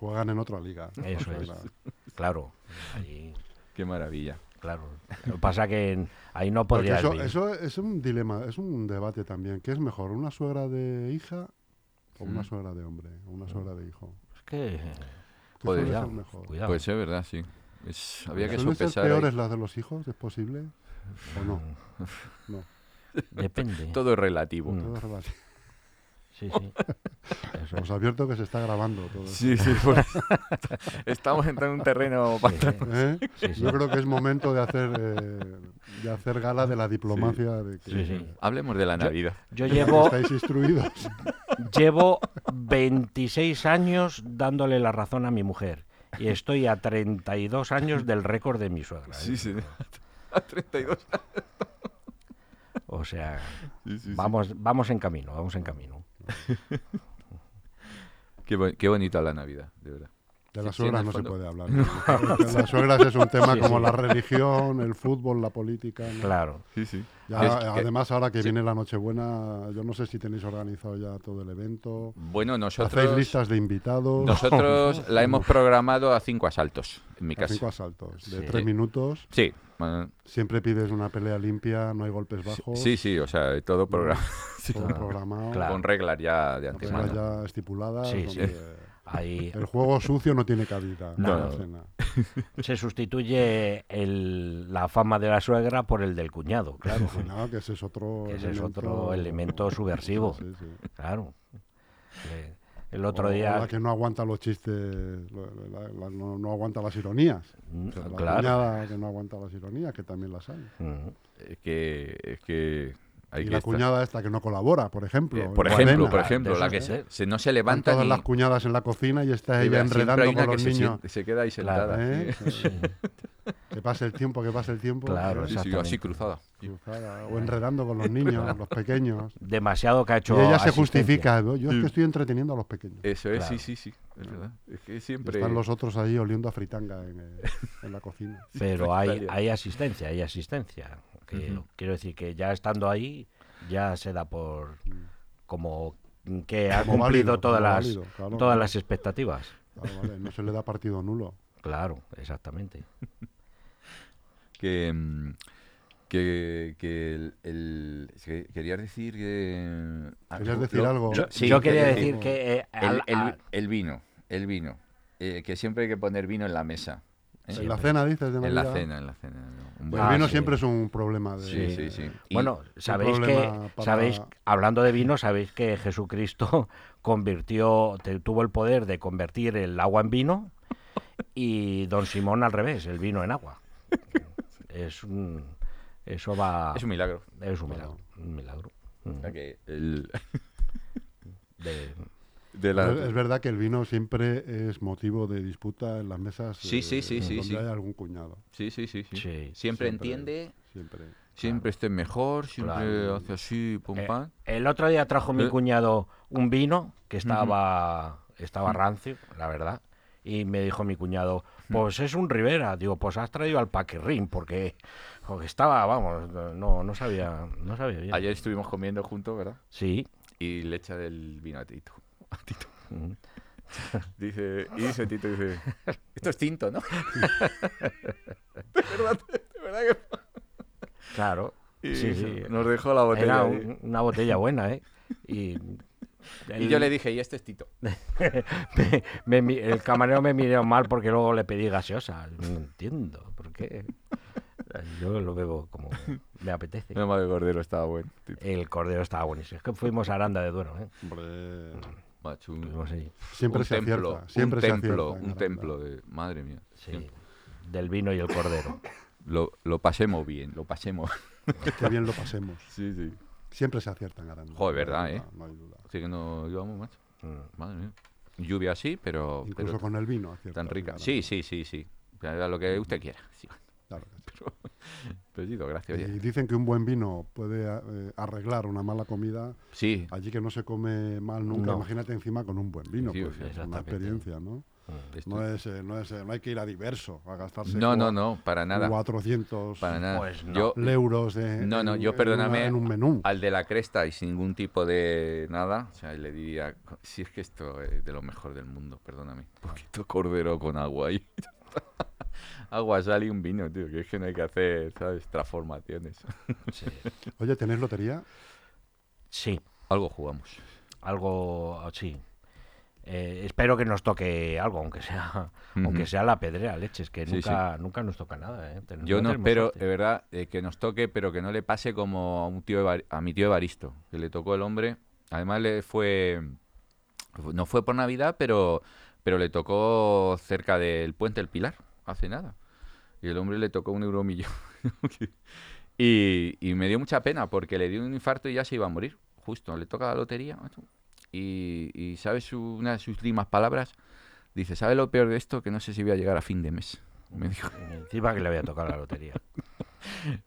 juegan en otra liga. las
Ah. Eso es.
suegras.
Claro, ahí,
Qué maravilla.
claro. Lo que pasa que en- ahí no
Porque
podrías
eso,
vivir.
eso es un dilema, es un debate también. ¿Qué es mejor, una suegra de hija o
Mm.
una suegra de hombre? o Una suegra de hijo.
Es que,
¿Qué
Joder,
suele
ya,
ser mejor?
cuidado.
Pues es verdad, sí. Es- había que
¿Suelen ser
sopesar ahí.
peores las de los hijos? ¿Es posible? ¿O no? No,
Mm. Depende.
todo es relativo.
Mm.
todo es relativo.
Sí, sí. Eso
Os advierto que se está grabando todo esto.
Sí, sí, pues, estamos entrando en un terreno bastante...
¿Eh?
Sí, sí.
Yo creo que es momento de hacer eh, de hacer gala de la diplomacia de que
Sí, sí.
Hablemos de la Navidad.
Yo
de que
llevo,
estáis instruidos.
llevo 26 años dándole la razón a mi mujer. Y estoy a 32 años del récord de mi suegra. ¿eh?
Sí, sí. A 32
O sea,
Sí, sí, sí.
vamos, vamos en camino, vamos en camino.
Qué, bo- qué bonita la Navidad, de verdad.
De
Sí,
las
sí, en
suegras
el
no se
fondo.
puede hablar. De las suegras es un tema
Sí,
como
sí.
la religión, el fútbol, la política. ¿no?
Claro.
Sí, sí.
Ya,
Es que-
además, ahora que
sí.
viene la Nochebuena, yo no sé si tenéis organizado ya todo el evento.
Bueno,
¿Hacéis
nosotros,
listas de invitados?
nosotros la hemos programado a cinco asaltos, en mi
A
caso.
cinco asaltos de
Sí.
tres minutos.
Sí, bueno,
Siempre pides una pelea limpia, no hay golpes bajos.
sí, sí, o sea, todo programa
Todo programado.
Claro.
con reglas ya de
las reglas
antemano.
ya estipuladas.
Sí,
donde
Ahí
El juego sucio no tiene cabida. en
No.
la cena.
se sustituye el- la fama de la suegra por el del cuñado, claro.
Pues nada, que ese es otro
Ese es otro elemento subversivo.
Sí, sí.
Claro. Eh, El otro
O
día,
La que no aguanta los chistes, lo- la- la- no, no aguanta las ironías.
Mm,
O sea, la
claro.
cuñada que no aguanta las ironías, que también las hay.
Mm,
Es que, es que hay
y
que
la
estar-
cuñada pues, esta que no colabora, por ejemplo.
Eh, por
en
ejemplo,
Guadena.
por
Ah,
ejemplo,
de
la
eso
que
sí.
se, se- no se
Están
levanta
todas
ni,
las cuñadas en la cocina y está
ni-
ella
siempre
enredando
hay una
con
que
los
se,
niños.
siente- se queda ahí
Claro,
sentada.
¿eh? Que pase el tiempo, que pase el tiempo.
Claro,
Sí, sí, así
exactamente.
cruzada.
Cruzada, O enredando con los niños, los pequeños.
Demasiado
Y
cacho.
ella se
asistencia.
justifica. ¿no? Yo es que estoy entreteniendo a los pequeños.
Eso es,
Claro.
sí, sí, sí. Es verdad. Es que
Y
siempre.
Están los otros ahí oliendo a fritanga en, eh, en la cocina.
Pero hay,
Italia.
hay asistencia, hay asistencia. Que Quiero decir que ya estando ahí, ya se da por como que ha
Como
cumplido
válido,
todas
como
las
válido, claro,
todas
claro.
las expectativas.
Claro, vale, no se le da partido nulo.
Claro, exactamente.
que, mm, que, que el, el- es que querías decir que ah,
¿Querías decir algo?
yo-
Sí,
Yo
que-
quería
quería
decir
decir-
que eh,
el,
al-
el-
a-
el vino el vino eh, que siempre hay que poner vino en la mesa ¿eh?
En la
Siempre.
cena, dices, de
en la
Navidad.
cena en la cena ¿no? Un
El
buen
Ah,
vino
sí.
siempre es un problema. De,
sí sí sí Y-
eh, bueno, sabéis
problema
que
para-
sabéis hablando de vino, sabéis que Jesucristo convirtió te- tuvo el poder de convertir el agua en vino y Don Simón al revés, el vino en agua. Es un eso va
es un milagro
Es un milagro. Un milagro. Mm,
O sea que el-
de-
de la-
Pero Es verdad que el vino siempre es motivo de disputa en las mesas
Sí, sí, sí, sí,
donde
sí.
hay algún cuñado.
sí, sí, sí, sí.
Sí,
siempre,
siempre.
entiende
Siempre.
siempre esté mejor siempre
Claro.
hace así pum
Eh,
pam
el otro día trajo mi
Eh.
cuñado un vino que estaba, estaba rancio, la verdad. Y me dijo mi cuñado, pues es un Rivera. Digo, pues has traído al Paquirrín, porque, porque estaba, vamos, no, no sabía, no sabía bien.
ayer estuvimos comiendo juntos verdad
Sí.
y le echa el vino a Tito a Tito
Mm.
Dice, y dice Tito, dice, esto es tinto, ¿no? de verdad, de verdad que...
Claro.
Y
Sí,
dice,
sí.
Nos dejó la botella.
Era
ahí.
un- una botella buena, ¿eh? Y,
Y
el-
yo le dije, y este es Tito.
me- me mi- el camarero me miró mal porque luego le pedí gaseosa. No entiendo por qué. Yo lo bebo como me apetece.
No mames, Cordero estaba bueno. Tito.
El cordero estaba buenísimo. Es que fuimos a Aranda de Duero. ¿eh?
Hombre,
Macho, un,
Fuimos ahí.
siempre
un
se
templo,
acierta. Siempre
un
se
templo,
acierta en
un
Aranda.
templo de... Madre mía.
Sí. Del vino y el cordero.
Lo, lo pasemos bien, lo pasemos.
Qué bien lo pasemos.
sí, sí.
Siempre se acierta en Aranda.
Joder,
no hay
verdad,
duda,
¿eh?
No hay duda.
Así que nos llevamos, macho.
Mm.
Madre mía. Lluvia así, pero,
Incluso
pero
con el vino acierta.
tan
en
rica.
Aranda.
Sí, sí, sí, sí. Haga Lo que usted quiera. Sí.
Claro que sí.
Pero Tito, gracias. oye.
Y dicen que un buen vino puede eh, arreglar una mala comida.
Sí,
Allí que no se come mal nunca,
No.
imagínate encima con un buen vino.
Sí,
pues, es una
exactamente.
experiencia, ¿no?
esto-
No, es, eh, no, es, eh, no hay que ir a diverso a gastarse
No,
cua-
no, no, para nada.
400
Para nada.
Pues no.
Yo,
euros de,
no, no,
en-
yo
en
perdóname
una- en un menú.
al de la cresta y sin ningún tipo de nada, o sea, le diría, si es que esto es de lo mejor del mundo, perdóname, un poquito cordero con agua ahí. agua, sal y un vino, tío, que es que no hay que hacer, ¿sabes? Transformaciones.
Sí.
Oye, ¿tenéis lotería?
Sí,
Algo jugamos.
Algo así. Eh, espero que nos toque algo, aunque sea,
Ujú.
aunque sea la pedrea, leches, que
Sí,
nunca, nunca nos toca nada. ¿eh? Ten-
Yo no
tenemos
espero,
suerte.
de verdad, eh, que nos toque, pero que no le pase como a, un tío Eva- a mi tío Evaristo, que le tocó el hombre. Además, le fue No fue por Navidad, pero, pero le tocó cerca del puente El Pilar, hace nada. Y el hombre le tocó un euro millón. y, y me dio mucha pena porque le dio un infarto y ya se iba a morir. Justo, le toca la lotería. macho. Y, y ¿sabes su- una de sus últimas palabras? Dice, ¿sabes lo peor de esto? Que no sé si voy a llegar a fin de mes. Me dijo.
Encima que le había tocado la lotería.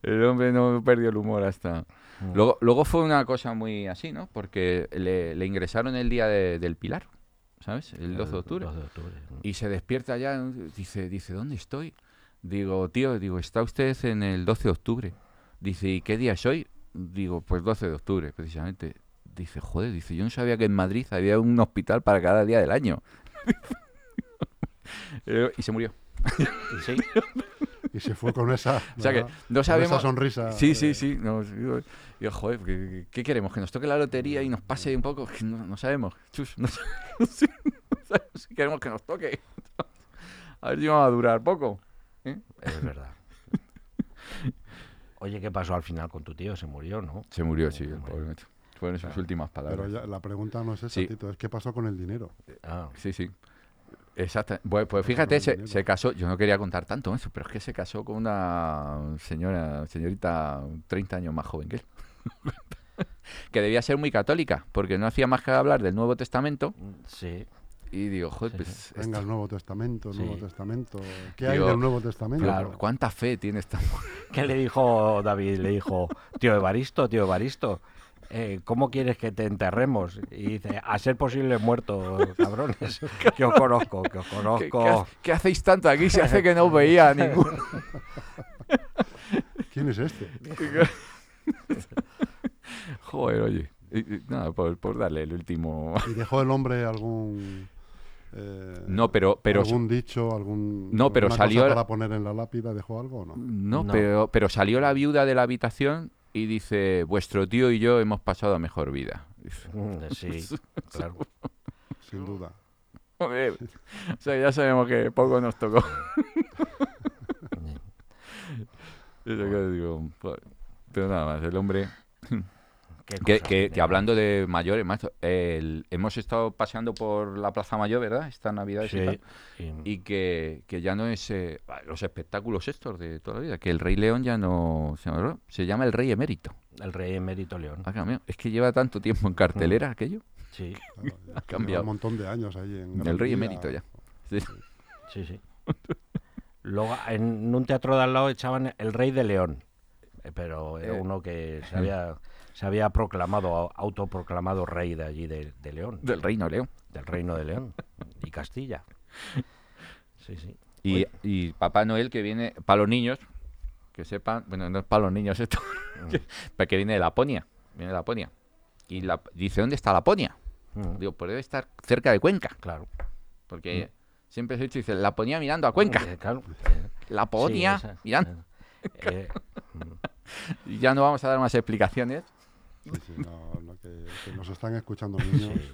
El hombre no perdió el humor hasta. Luego, luego fue una cosa muy así, ¿no? Porque le, le ingresaron el día de- del Pilar, ¿sabes? El 2 de octubre.
2 de octubre.
Y se despierta ya, dice, dice, ¿dónde estoy? Digo, tío, digo, está usted en el 12 de octubre. Dice, ¿y qué día soy? Digo, pues 12 de octubre, precisamente. Dice, joder, dice, yo no sabía que en Madrid había un hospital para cada día del año. Eh, y se murió.
Y sí,
Y se fue con esa,
O sea que
¿verdad?
no
Con
sabemos.
esa sonrisa.
Sí,
eh,
sí, sí. no, digo, digo, joder, ¿qué, qué queremos? ¿Que nos toque la lotería y nos pase un poco? Que No, no sabemos. Chus, no sabemos si, no sabemos si queremos que nos toque. A ver si vamos a durar poco.
es verdad. Oye, ¿qué pasó al final con tu tío? Se murió, ¿no?
Se murió, sí, el pobre macho. Fueron sus últimas
Pero
palabras.
ya- la pregunta no es esa,
Sí.
Tito, es qué pasó con el dinero.
Ah,
Sí, sí. Exacto. Pues, pues fíjate, se, se casó, yo no quería contar tanto eso, pero es que se casó con una señora, señorita 30 años más joven que él. que debía ser muy católica, porque no hacía más que hablar del Nuevo Testamento
sí.
Y digo, joder,
Sí,
pues.
Venga, el
esto-
Nuevo Testamento, el
Sí.
Nuevo Testamento. ¿Qué
Digo,
hay del Nuevo Testamento?
claro, ¿cuánta fe tiene esta mujer?
¿Qué le dijo David? Le dijo, tío Evaristo, tío Evaristo, eh, ¿cómo quieres que te enterremos? Y dice, a ser posible muerto, cabrones. Que os conozco, que os
¿Qué, qué ha-
conozco.
qué hacéis tanto aquí? Se hace que no veía a ninguno.
¿Quién es este?
Joder, oye. Y- y Nada, por, por darle el último.
¿Y dejó el hombre algún. eh,
No, pero. pero
algún dicho, algún.
No, pero
alguna cosa
salió-
para poner en la lápida, dejó algo o no?
no,
No.
Pero, pero salió la viuda de la habitación y dice: Vuestro tío y yo hemos pasado a mejor vida. Dice,
Mm, Sí, claro.
Sin duda.
Joder. O sea, ya sabemos que poco nos tocó. Eso que digo, joder. Pero nada más, el hombre.
Qué
Que,
cosa,
que-
nena.
que hablando de mayores, maestro, el- hemos estado paseando por la Plaza Mayor, ¿verdad? Esta Navidad
Sí, Mm.
y tal.
y-
Y que, que ya no es eh, los espectáculos estos de toda la vida, que el Rey León ya no se llama, se llama el Rey Emérito.
el rey emérito León.
Ha cambiado. Es que lleva tanto tiempo en
Mm.
cartelera aquello.
Sí,
Claro, ya lleva
cambiado.
Un montón de años ahí en. Gran
El Rey
Vía.
Emérito ya. Sí.
sí, sí. Luego, en un teatro de al lado echaban el rey de León, eh, pero era
Eh.
uno que se había, se había proclamado, au- autoproclamado rey de allí, de, de León,
Del Reino León.
del reino de León y Castilla. Sí, sí.
Y, y Papá Noel que viene para los niños, que sepan, bueno, no es para los niños esto,
Mm.
que, pero que viene de Laponia, viene de Laponia. Y la, dice, ¿dónde está Laponia?
Mm,
Digo, pues debe estar cerca de Cuenca,
Claro.
porque
Mm.
siempre se dice, Laponia mirando a Cuenca,
Eh, claro. Eh,
Laponia
sí, esa-
mirando.
eh,
Y ya no vamos a dar más explicaciones.
Sí, sí, no, no, que, que nos están escuchando niños
eh,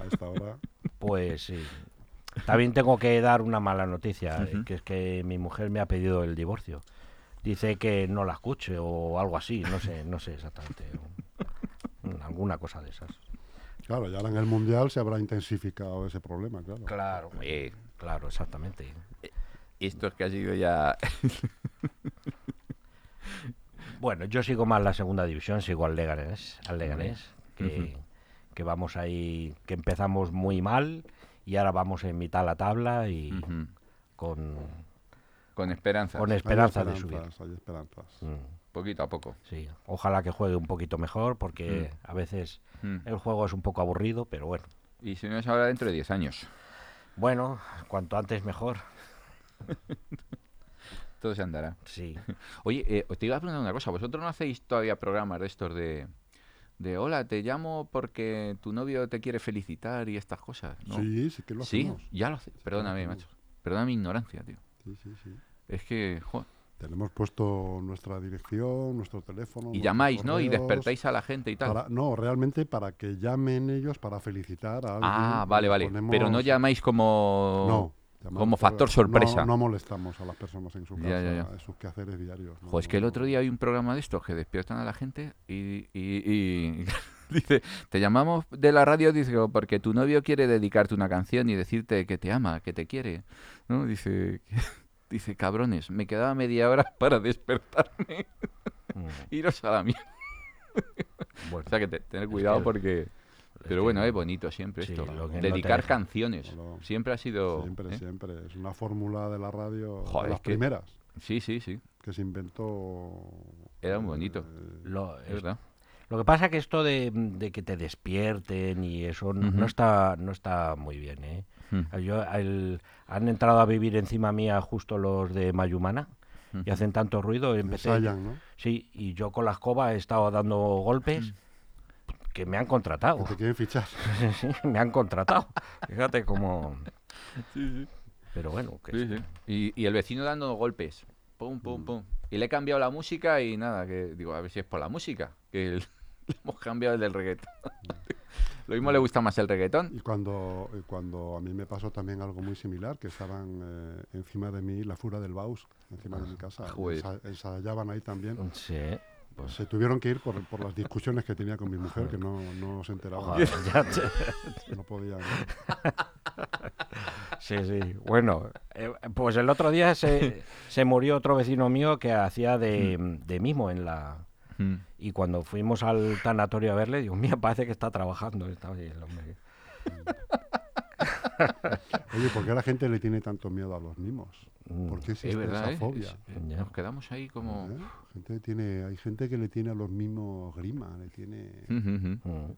a esta hora.
Pues sí. También tengo que dar una mala noticia, eh, que es que mi mujer me ha pedido el divorcio. Dice que no la escuche o algo así, no sé, no sé exactamente. o- mm, alguna cosa de esas.
Claro, ya ahora en el Mundial se habrá intensificado ese problema, claro.
Claro,
Eh,
claro, exactamente.
esto es que ha sido ya...
Bueno, yo sigo más la segunda división, sigo al Leganés, al Leganés, que, que vamos ahí, que empezamos muy mal y ahora vamos en mitad de la tabla y
Ujú.
con,
Con esperanza,
con
Hay
esperanza de subir.
esperanzas, Hay esperanzas.
Mm.
poquito a poco.
Sí, ojalá que juegue un poquito mejor porque a veces
Mm.
el juego es un poco aburrido, pero bueno.
Y si no es ahora, dentro de 10 años.
Bueno, cuanto antes mejor.
Todo se andará.
Sí.
Oye, eh, os te iba a preguntar una cosa. ¿Vosotros no hacéis todavía programas de estos de, de hola, te llamo porque tu novio te quiere felicitar y estas cosas? Mm, ¿no?
Sí, sí que lo
Sí,
hacemos.
ya lo hacéis. Perdóname,
lo
macho.
hacemos.
Perdona mi ignorancia, tío.
Sí, sí, sí.
Es que, jo,
Tenemos puesto nuestra dirección, nuestro
y
teléfono. nuestros
llamáis, ¿no? Y
correos,
despertáis a la gente y tal.
para- no, realmente para que llamen ellos para felicitar a alguien.
ah, vale,
les
vale.
ponemos-
Pero no llamáis como...
No, llamamos
como
por-
factor sorpresa.
No, no molestamos a las personas en su
Ya,
casa,
ya, ya.
en sus quehaceres diarios. no,
Jo, es que el
no,
otro
no.
día hay un programa de estos que despiertan a la gente y... y- y- Dice, te llamamos de la radio, dice, "Oh, porque tu novio quiere dedicarte una canción y decirte que te ama, que te quiere. ¿No? Dice, dice, cabrones, me quedaba media hora para despertarme. Iros a la mierda.
Mm, Bueno,
O sea que te- tener
Es
cuidado
que-
porque. Pero
que-
bueno, es bonito siempre
Sí,
esto.
lo que no te
Dedicar
deja.
canciones.
Lo-
Siempre ha sido.
Siempre,
¿eh?
siempre. Es una fórmula de la radio
Joder,
de
es
las
que-
primeras
Sí, sí, sí.
que se inventó. eh,
Era muy bonito.
lo,
Es verdad.
Lo que pasa que esto de, de que te despierten y eso no, no
Ujú.
está no está muy bien, ¿eh?
Mm.
Yo, el- han entrado a vivir encima mía justo los de Mayumana y
Ujú.
hacen tanto ruido. Empecé,
Ensayan, ¿no?
sí, y yo con la escoba he estado dando golpes que me han contratado.
Que te quieren fichar.
me han contratado. Fíjate cómo...
Ah,
Pero bueno, que
Sí, sí. Y, y el vecino dando golpes. Pum,
Mm.
pum, pum. Y le he cambiado la música y nada, que digo, a ver si es por la música. Que el- le hemos cambiado el del reggaetón.
Mm.
Lo mismo le gusta más el reggaetón.
Y cuando, y cuando a mí me pasó también algo muy similar, que estaban eh, encima de mí la fura del Baus, encima de mi casa,
Ah, joder.
ensa- ensayaban ahí también.
Sí.
pues, Se tuvieron que ir por, por las discusiones que tenía con mi mujer, que no, no se enteraba,
Joder, ya te-
no podía.
Sí, sí. Bueno, eh, pues el otro día se, se murió otro vecino mío que hacía de, de mimo en la...
Mm.
Y cuando fuimos al tanatorio a verle, digo, mira, parece que está trabajando. Está ahí el hombre.
Oye, ¿por qué la gente le tiene tanto miedo a los mimos?
Mm,
¿Por qué
Es
existe
verdad,
esa
¿eh?
fobia?
Es- eh,
Ya.
nos quedamos ahí como...
¿Eh? Gente tiene, hay gente que le tiene a los mimos grima, le tiene...
Ujú, ujú,
Mm.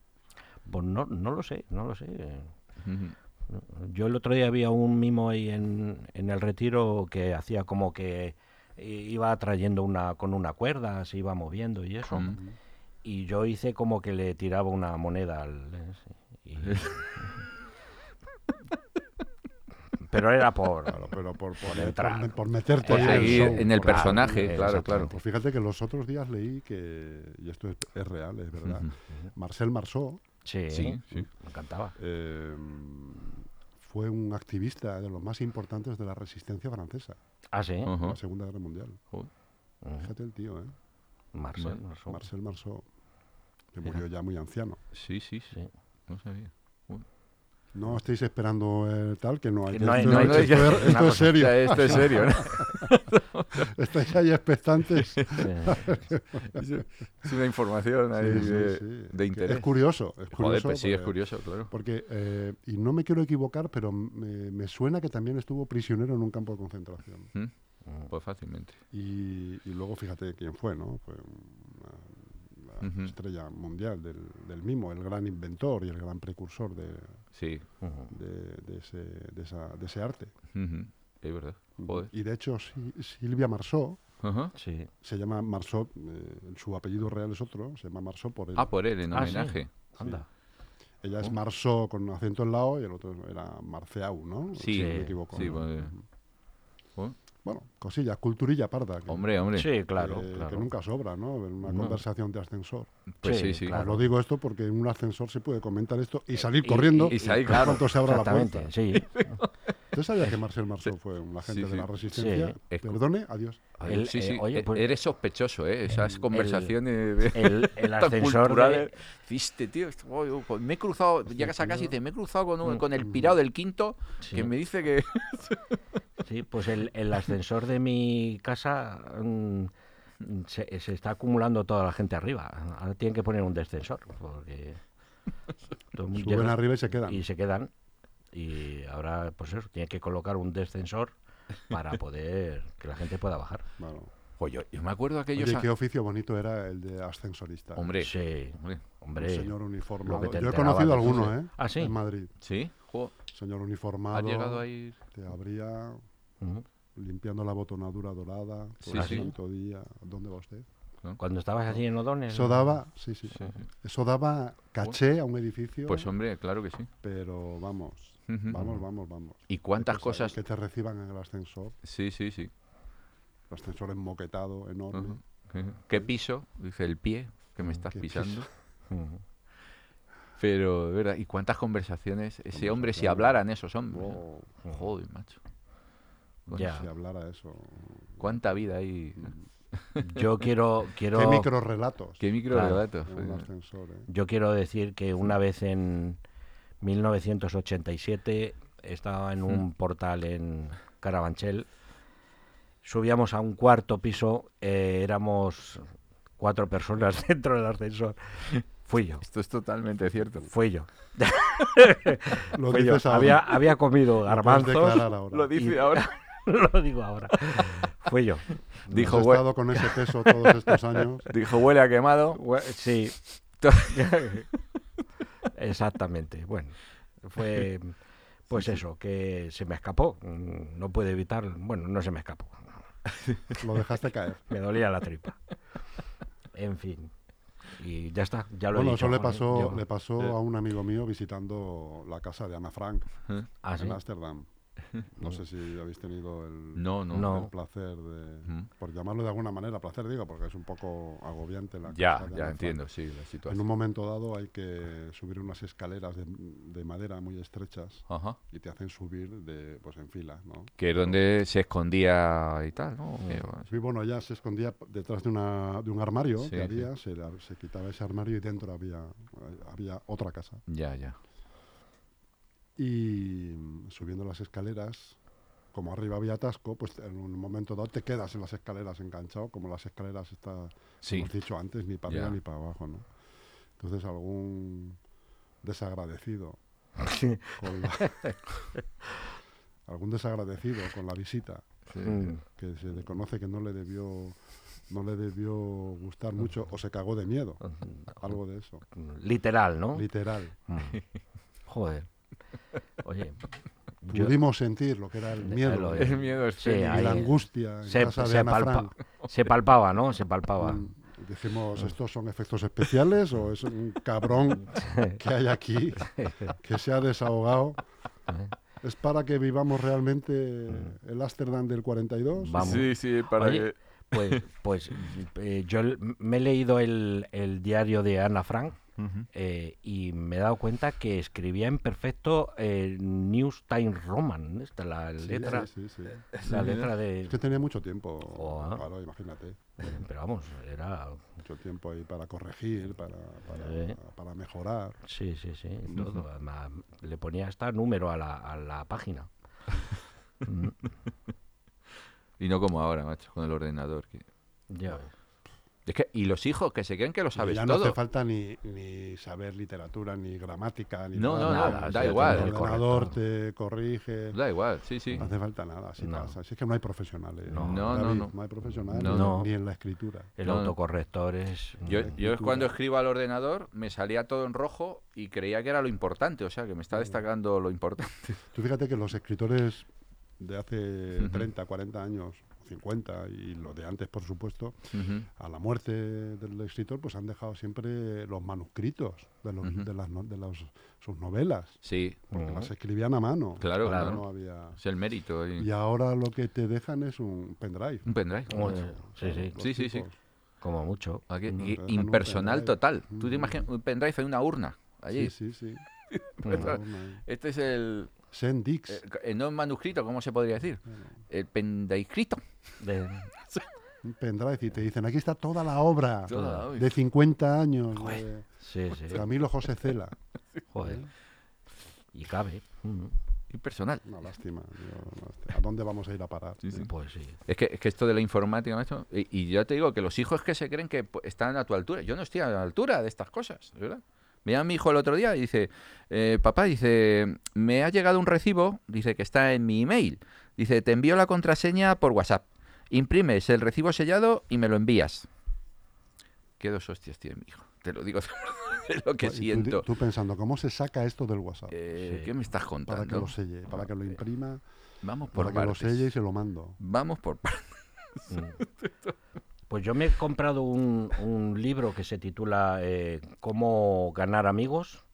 Pues no, no lo sé, no lo sé.
ujú.
Yo el otro día había un mimo ahí en, en el retiro que hacía como que i- iba trayendo una con una cuerda, se iba moviendo y eso.
Mm.
Y yo hice como que le tiraba una moneda al... ese, y- Pero era por...
Claro, pero por, por, por-
entrar.
por, meterte
Por
ahí en el,
seguir
show,
en el
por-
personaje, claro, claro.
exactamente.
Pues fíjate que los otros días leí que, y esto es, es real,
mm,
es verdad, Marcel Marceau
Sí,
Sí, sí.
me encantaba.
eh, fue un activista de los más importantes de la resistencia francesa
Ah, sí.
Ujú.
en la Segunda Guerra Mundial.
Joder.
Ujú.
Fíjate el tío, ¿eh?
Marcel,
Oh.
Marceau.
Marcel Marceau, que murió ya muy anciano.
Sí, sí, sí.
Sí.
No sabía.
No estéis esperando el tal, que no hay.
Que no hay-
esto
no hay-
esto es-
ya-
esto es
O
serio.
sea, esto es serio, ¿no?
Estáis ahí expectantes.
Sí.
Es una información ahí
Sí, sí,
de,
sí.
de interés.
Es curioso. Es curioso
Joder, pues sí, es
porque-
curioso, claro.
Porque, eh, y no me quiero equivocar, pero me, me suena que también estuvo prisionero en un campo de concentración.
Mm. Pues fácilmente.
Y, y luego fíjate quién fue, ¿no? Fue una, una
Ujú.
estrella mundial del, del mimo, el gran inventor y el gran precursor de,
Sí.
Ujú.
de- de ese, de esa- de ese arte.
Ujú. Es verdad. Joder.
Y de hecho, Si- Silvia Marceau
Ajá.
Sí.
se llama Marceau, eh, su apellido real es otro, se llama Marceau por él.
Ah, oh. por él, en
Ah, sí.
homenaje.
Anda.
Ella es Marceau con acento en lao y el otro era Marceau, ¿no?
Sí,
si no me equivoco.
sí,
¿no?
pues, Joder.
Bueno, cosillas, culturilla parda. que-
Hombre, hombre.
Sí, claro,
eh,
claro.
que nunca sobra, ¿no? En una
No.
conversación de ascensor.
Pues sí,
Sí,
sí.
Os
claro.
Lo digo esto porque en un ascensor se puede comentar esto y salir
y-
corriendo
Eh, y- y salir,
en
claro,
cuanto se abra la puerta.
Exactamente, sí.
¿Usted sabía que Marcel Marceau fue un agente
Sí,
de
sí.
la resistencia?
Sí.
Es-
Perdone, adiós.
Ay,
El-
sí,
eh,
sí.
oye,
e-
pues-
Eres sospechoso, ¿eh? Esas conversaciones de...
El, el
tan ¿eh?
ascensor
culturales.
de,
Viste, tío, esto- oye, ojo, me he cruzado, llegas a casa y dices, me he cruzado con, un-
Mm.
con el pirado del quinto
Sí.
que me dice que...
Sí, pues el, el ascensor de mi casa mm, mm, se, se está acumulando toda la gente arriba. Ahora tienen que poner un descensor porque todo el mundo
Suben
llega
arriba y se quedan.
y se quedan. Y ahora, pues eso, tienen que colocar un descensor para poder que la gente pueda bajar.
Bueno.
Oye, yo me acuerdo aquellos...
Oye,
a-
qué oficio bonito era el de ascensorista. ¿eh?
Hombre,
Sí,
hombre.
Un
hombre.
señor
lo que
uniformado.
te
Yo he
enterabas
conocido
de
algunos,
cosas.
¿eh?
Ah, sí.
En Madrid.
Sí, jo,
Señor
ha
uniformado.
llegado ahí...
Te abría
Ujú.
limpiando la botonadura dorada.
Sí,
todo el
sí.
santo día. ¿Dónde va usted?
Eh,
Cuando estabas así en Odones.
Eso daba, sí, sí.
Sí, sí.
Eso daba caché a un edificio,
Pues hombre, claro que sí.
pero vamos,
Ujú.
vamos, vamos, vamos.
¿Y cuántas
Qué cosa,
cosas...?
Que te reciban en el ascensor,
Sí, sí, sí.
el ascensor enmoquetado, enorme.
Ujú. ¿Eh? ¿Qué piso? Dice el pie que me estás
Mm, ¿Qué
pisando.
Ujú.
Pero, de verdad, ¿y cuántas conversaciones? Ese hombre, si
claro.
hablaran esos hombres. ¿eh?
Wow,
Joder, macho. Bueno,
Ya.
Si hablara eso.
¿Cuánta vida hay?
Yo quiero, quiero,
Qué micro relatos.
Qué micro
Claro.
relato.
Un ascensor, ¿eh?
yo quiero decir que una vez en 1987 estaba en un portal en Carabanchel, subíamos a un cuarto piso, eh, éramos cuatro personas dentro del ascensor. Fui yo,
Esto es totalmente cierto.
fui yo.
Lo
fui yo.
dices ahora.
Había, había comido
Lo puedes
garbanzos,
declarar ahora.
Lo dice ahora.
lo digo ahora. Fui yo.
Dijo,
Has
"Hue-
estado con ese peso todos estos años.
dijo, huele a quemado.
Bue- Sí.
To-
Exactamente. Bueno, fue pues eso, que se me escapó. Mm, No pude evitarlo. Bueno, no se me escapó.
Lo dejaste caer.
Me dolía la tripa. En fin. Y ya está, ya lo he
bueno,
dicho,
eso le
joder,
pasó,
yo-
le pasó a un amigo mío visitando la casa de Ana Frank
¿Eh?
Ah, sí.
en Ámsterdam. No sé si habéis tenido el,
No, no.
No.
el placer de,
Ujú.
por llamarlo de alguna manera, placer digo, porque es un poco agobiante la casa
Ya,
de Ana
ya
Frank.
entiendo, sí, la
En un
situación.
momento dado hay que subir unas escaleras de, de madera muy estrechas
Ajá.
y te hacen subir de, pues en fila, ¿no?
Que es donde se escondía y tal, ¿no? Que-
Sí, bueno, ya se escondía detrás de, una, de un armario
Sí,
que había, se, la- se quitaba ese armario y dentro había, había otra casa.
Ya, ya.
Y mm, subiendo las escaleras, como arriba había atasco, pues en un momento dado te quedas en las escaleras enganchado, como las escaleras está,
Sí.
hemos dicho antes, ni para arriba
Ya.
ni para abajo, ¿no? Entonces algún desagradecido con la- algún desagradecido con la visita
Mm,
que se le conoce que no le debió no le debió gustar mucho o se cagó de miedo, algo de eso,
Literal, ¿no?
literal.
Mm. Joder. Oye, yo-
Pudimos sentir lo que era el miedo
lo
y
es.
El miedo es
Sí, ahí-
la angustia en
se,
casa de
se
Ana
palpa-
Frank.
se palpaba, ¿no? Se palpaba.
Mm, Dijimos, ¿estos son efectos especiales o es un cabrón que hay aquí que se ha desahogado? ¿Es para que vivamos realmente el Ámsterdam del 42?
Vamos.
Sí, sí, para
Oye,
que.
Pues, pues eh, yo el- me he leído el, el diario de Ana Frank eh, y me he dado cuenta que escribía en perfecto eh, New Times Roman, esta, la
Sí,
letra,
sí, sí, sí.
la letra de...
Es que tenía mucho tiempo,
Joder.
claro, imagínate,
Pero vamos, era...
mucho tiempo ahí para corregir, para, para,
Eh.
para mejorar.
Sí, sí, sí, todo. Además, le ponía hasta número a la, a la página. Mm,
Y no como ahora, macho, con el ordenador. que-
ya ves.
Es que, y los hijos, que se creen que lo sabes
ya no
todo.
hace falta ni, ni saber literatura, ni gramática, ni
No, no,
nada.
no,
nada.
Nada,
da
sí,
igual.
El
correcto.
ordenador te corrige.
Da igual, sí, sí.
No hace falta nada, así
No.
pasa. Si es que no hay profesionales.
No, no,
David,
no.
hay profesionales,
No,
ni-
no.
ni en la escritura.
El
No, no.
autocorrector es...
Yo,
mm,
yo es
Pintura.
cuando escribo al ordenador me salía todo en rojo y creía que era lo importante, o sea, que me está destacando lo importante.
Tú fíjate que los escritores de hace 30, 40 años, 50 y los de antes, por supuesto, a la muerte del escritor, pues han dejado siempre los manuscritos de, los- de las no- de los- sus novelas.
Sí,
Porque las escribían a mano.
Claro,
Claro,
claro.
no había-
es el mérito. y-
Y ahora lo que te dejan es un pendrive.
Un pendrive.
como- sí, sí,
Los
Sí, sí, sí.
tipos.
como mucho. Mm,
Aquí-
Ujú.
y-
Te dejan un
impersonal
pendrive.
total. Tú te imaginas un pendrive en una urna. Allí.
Sí, sí, sí.
Pensaba-
No, no.
Este es el.
Send Dix.
eh, eh, no en manuscrito, ¿cómo se podría decir? El pendrive
De-
un pendrive y te dicen, aquí está toda la obra
Toda, uy.
Ah, de 50 años
sí, sí,
de Camilo José Cela.
joder. Y cabe. mm,
Impersonal.
Una lástima. yo, lástima. ¿A dónde vamos a ir a parar? ¿Eh?
Pues sí.
Es que, es que esto de la informática, macho, y, y yo te digo que los hijos que se creen que pu- están a tu altura, yo no estoy a la altura de estas cosas, de ¿verdad? Me llama mi hijo el otro día y dice, eh, papá, dice, me ha llegado un recibo, dice que está en mi email, dice, te envío la contraseña por WhatsApp, imprimes el recibo sellado y me lo envías. Qué dos hostias tiene mi hijo, te lo digo de lo que
Y tú-
siento.
Tú, pensando, ¿cómo se saca esto del WhatsApp?
Eh,
Sí.
¿Qué me estás
para que
contando?
lo selle, para que lo imprima,
Vamos por
para que lo selle y
partes.
se lo mando.
Vamos por partes.
Pues yo me he comprado un, un libro que se titula eh, Cómo ganar amigos.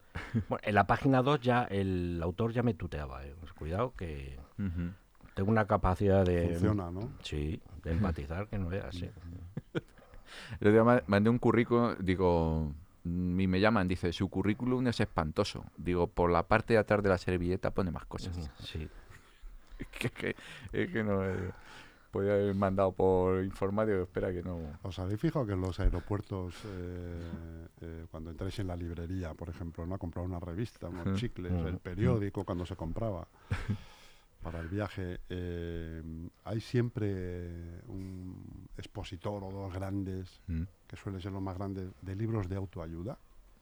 Bueno, en la página 2 ya el autor ya me tuteaba. eh. Pues Cuidado que
Ujú.
tengo una capacidad
Eh,
de...
Funciona, ¿no?
Sí, de empatizar, que no veas. sí.
El otro día ma- mandé un currículum, digo, mm, y me llaman, dice, su currículum es espantoso. Digo, por la parte de atrás de la servilleta pone más cosas.
Sí.
Es que, es que- es que no. eh, Podría haber mandado por informático, espera que no.
¿Os habéis fijado que en los aeropuertos, eh, eh, cuando entráis en la librería, por ejemplo, ¿no? a comprar una revista, unos chicles, el periódico, cuando se compraba para el viaje, eh, hay siempre un expositor o dos grandes,
Mm,
que suelen ser los más grandes, de libros de autoayuda?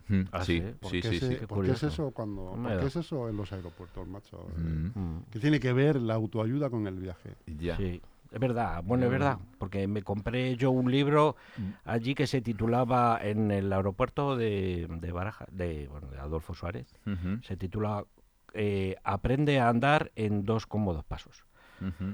mm,
Ah,
sí,
sí.
¿Por
sí,
qué,
sí,
se-
sí.
Qué
por qué es
curioso.
eso cuando,
No me
por qué
da.
es eso en los aeropuertos, macho? Eh,
Mm,
Mm,
¿Qué tiene que ver la autoayuda con el viaje?
ya.
sí. Es verdad, bueno, es verdad, porque me compré yo un libro allí que se titulaba en el aeropuerto de, de Baraja, de, bueno, de Adolfo Suárez,
Ujú,
se titula eh, Aprende a andar en dos cómodos pasos.
ujú.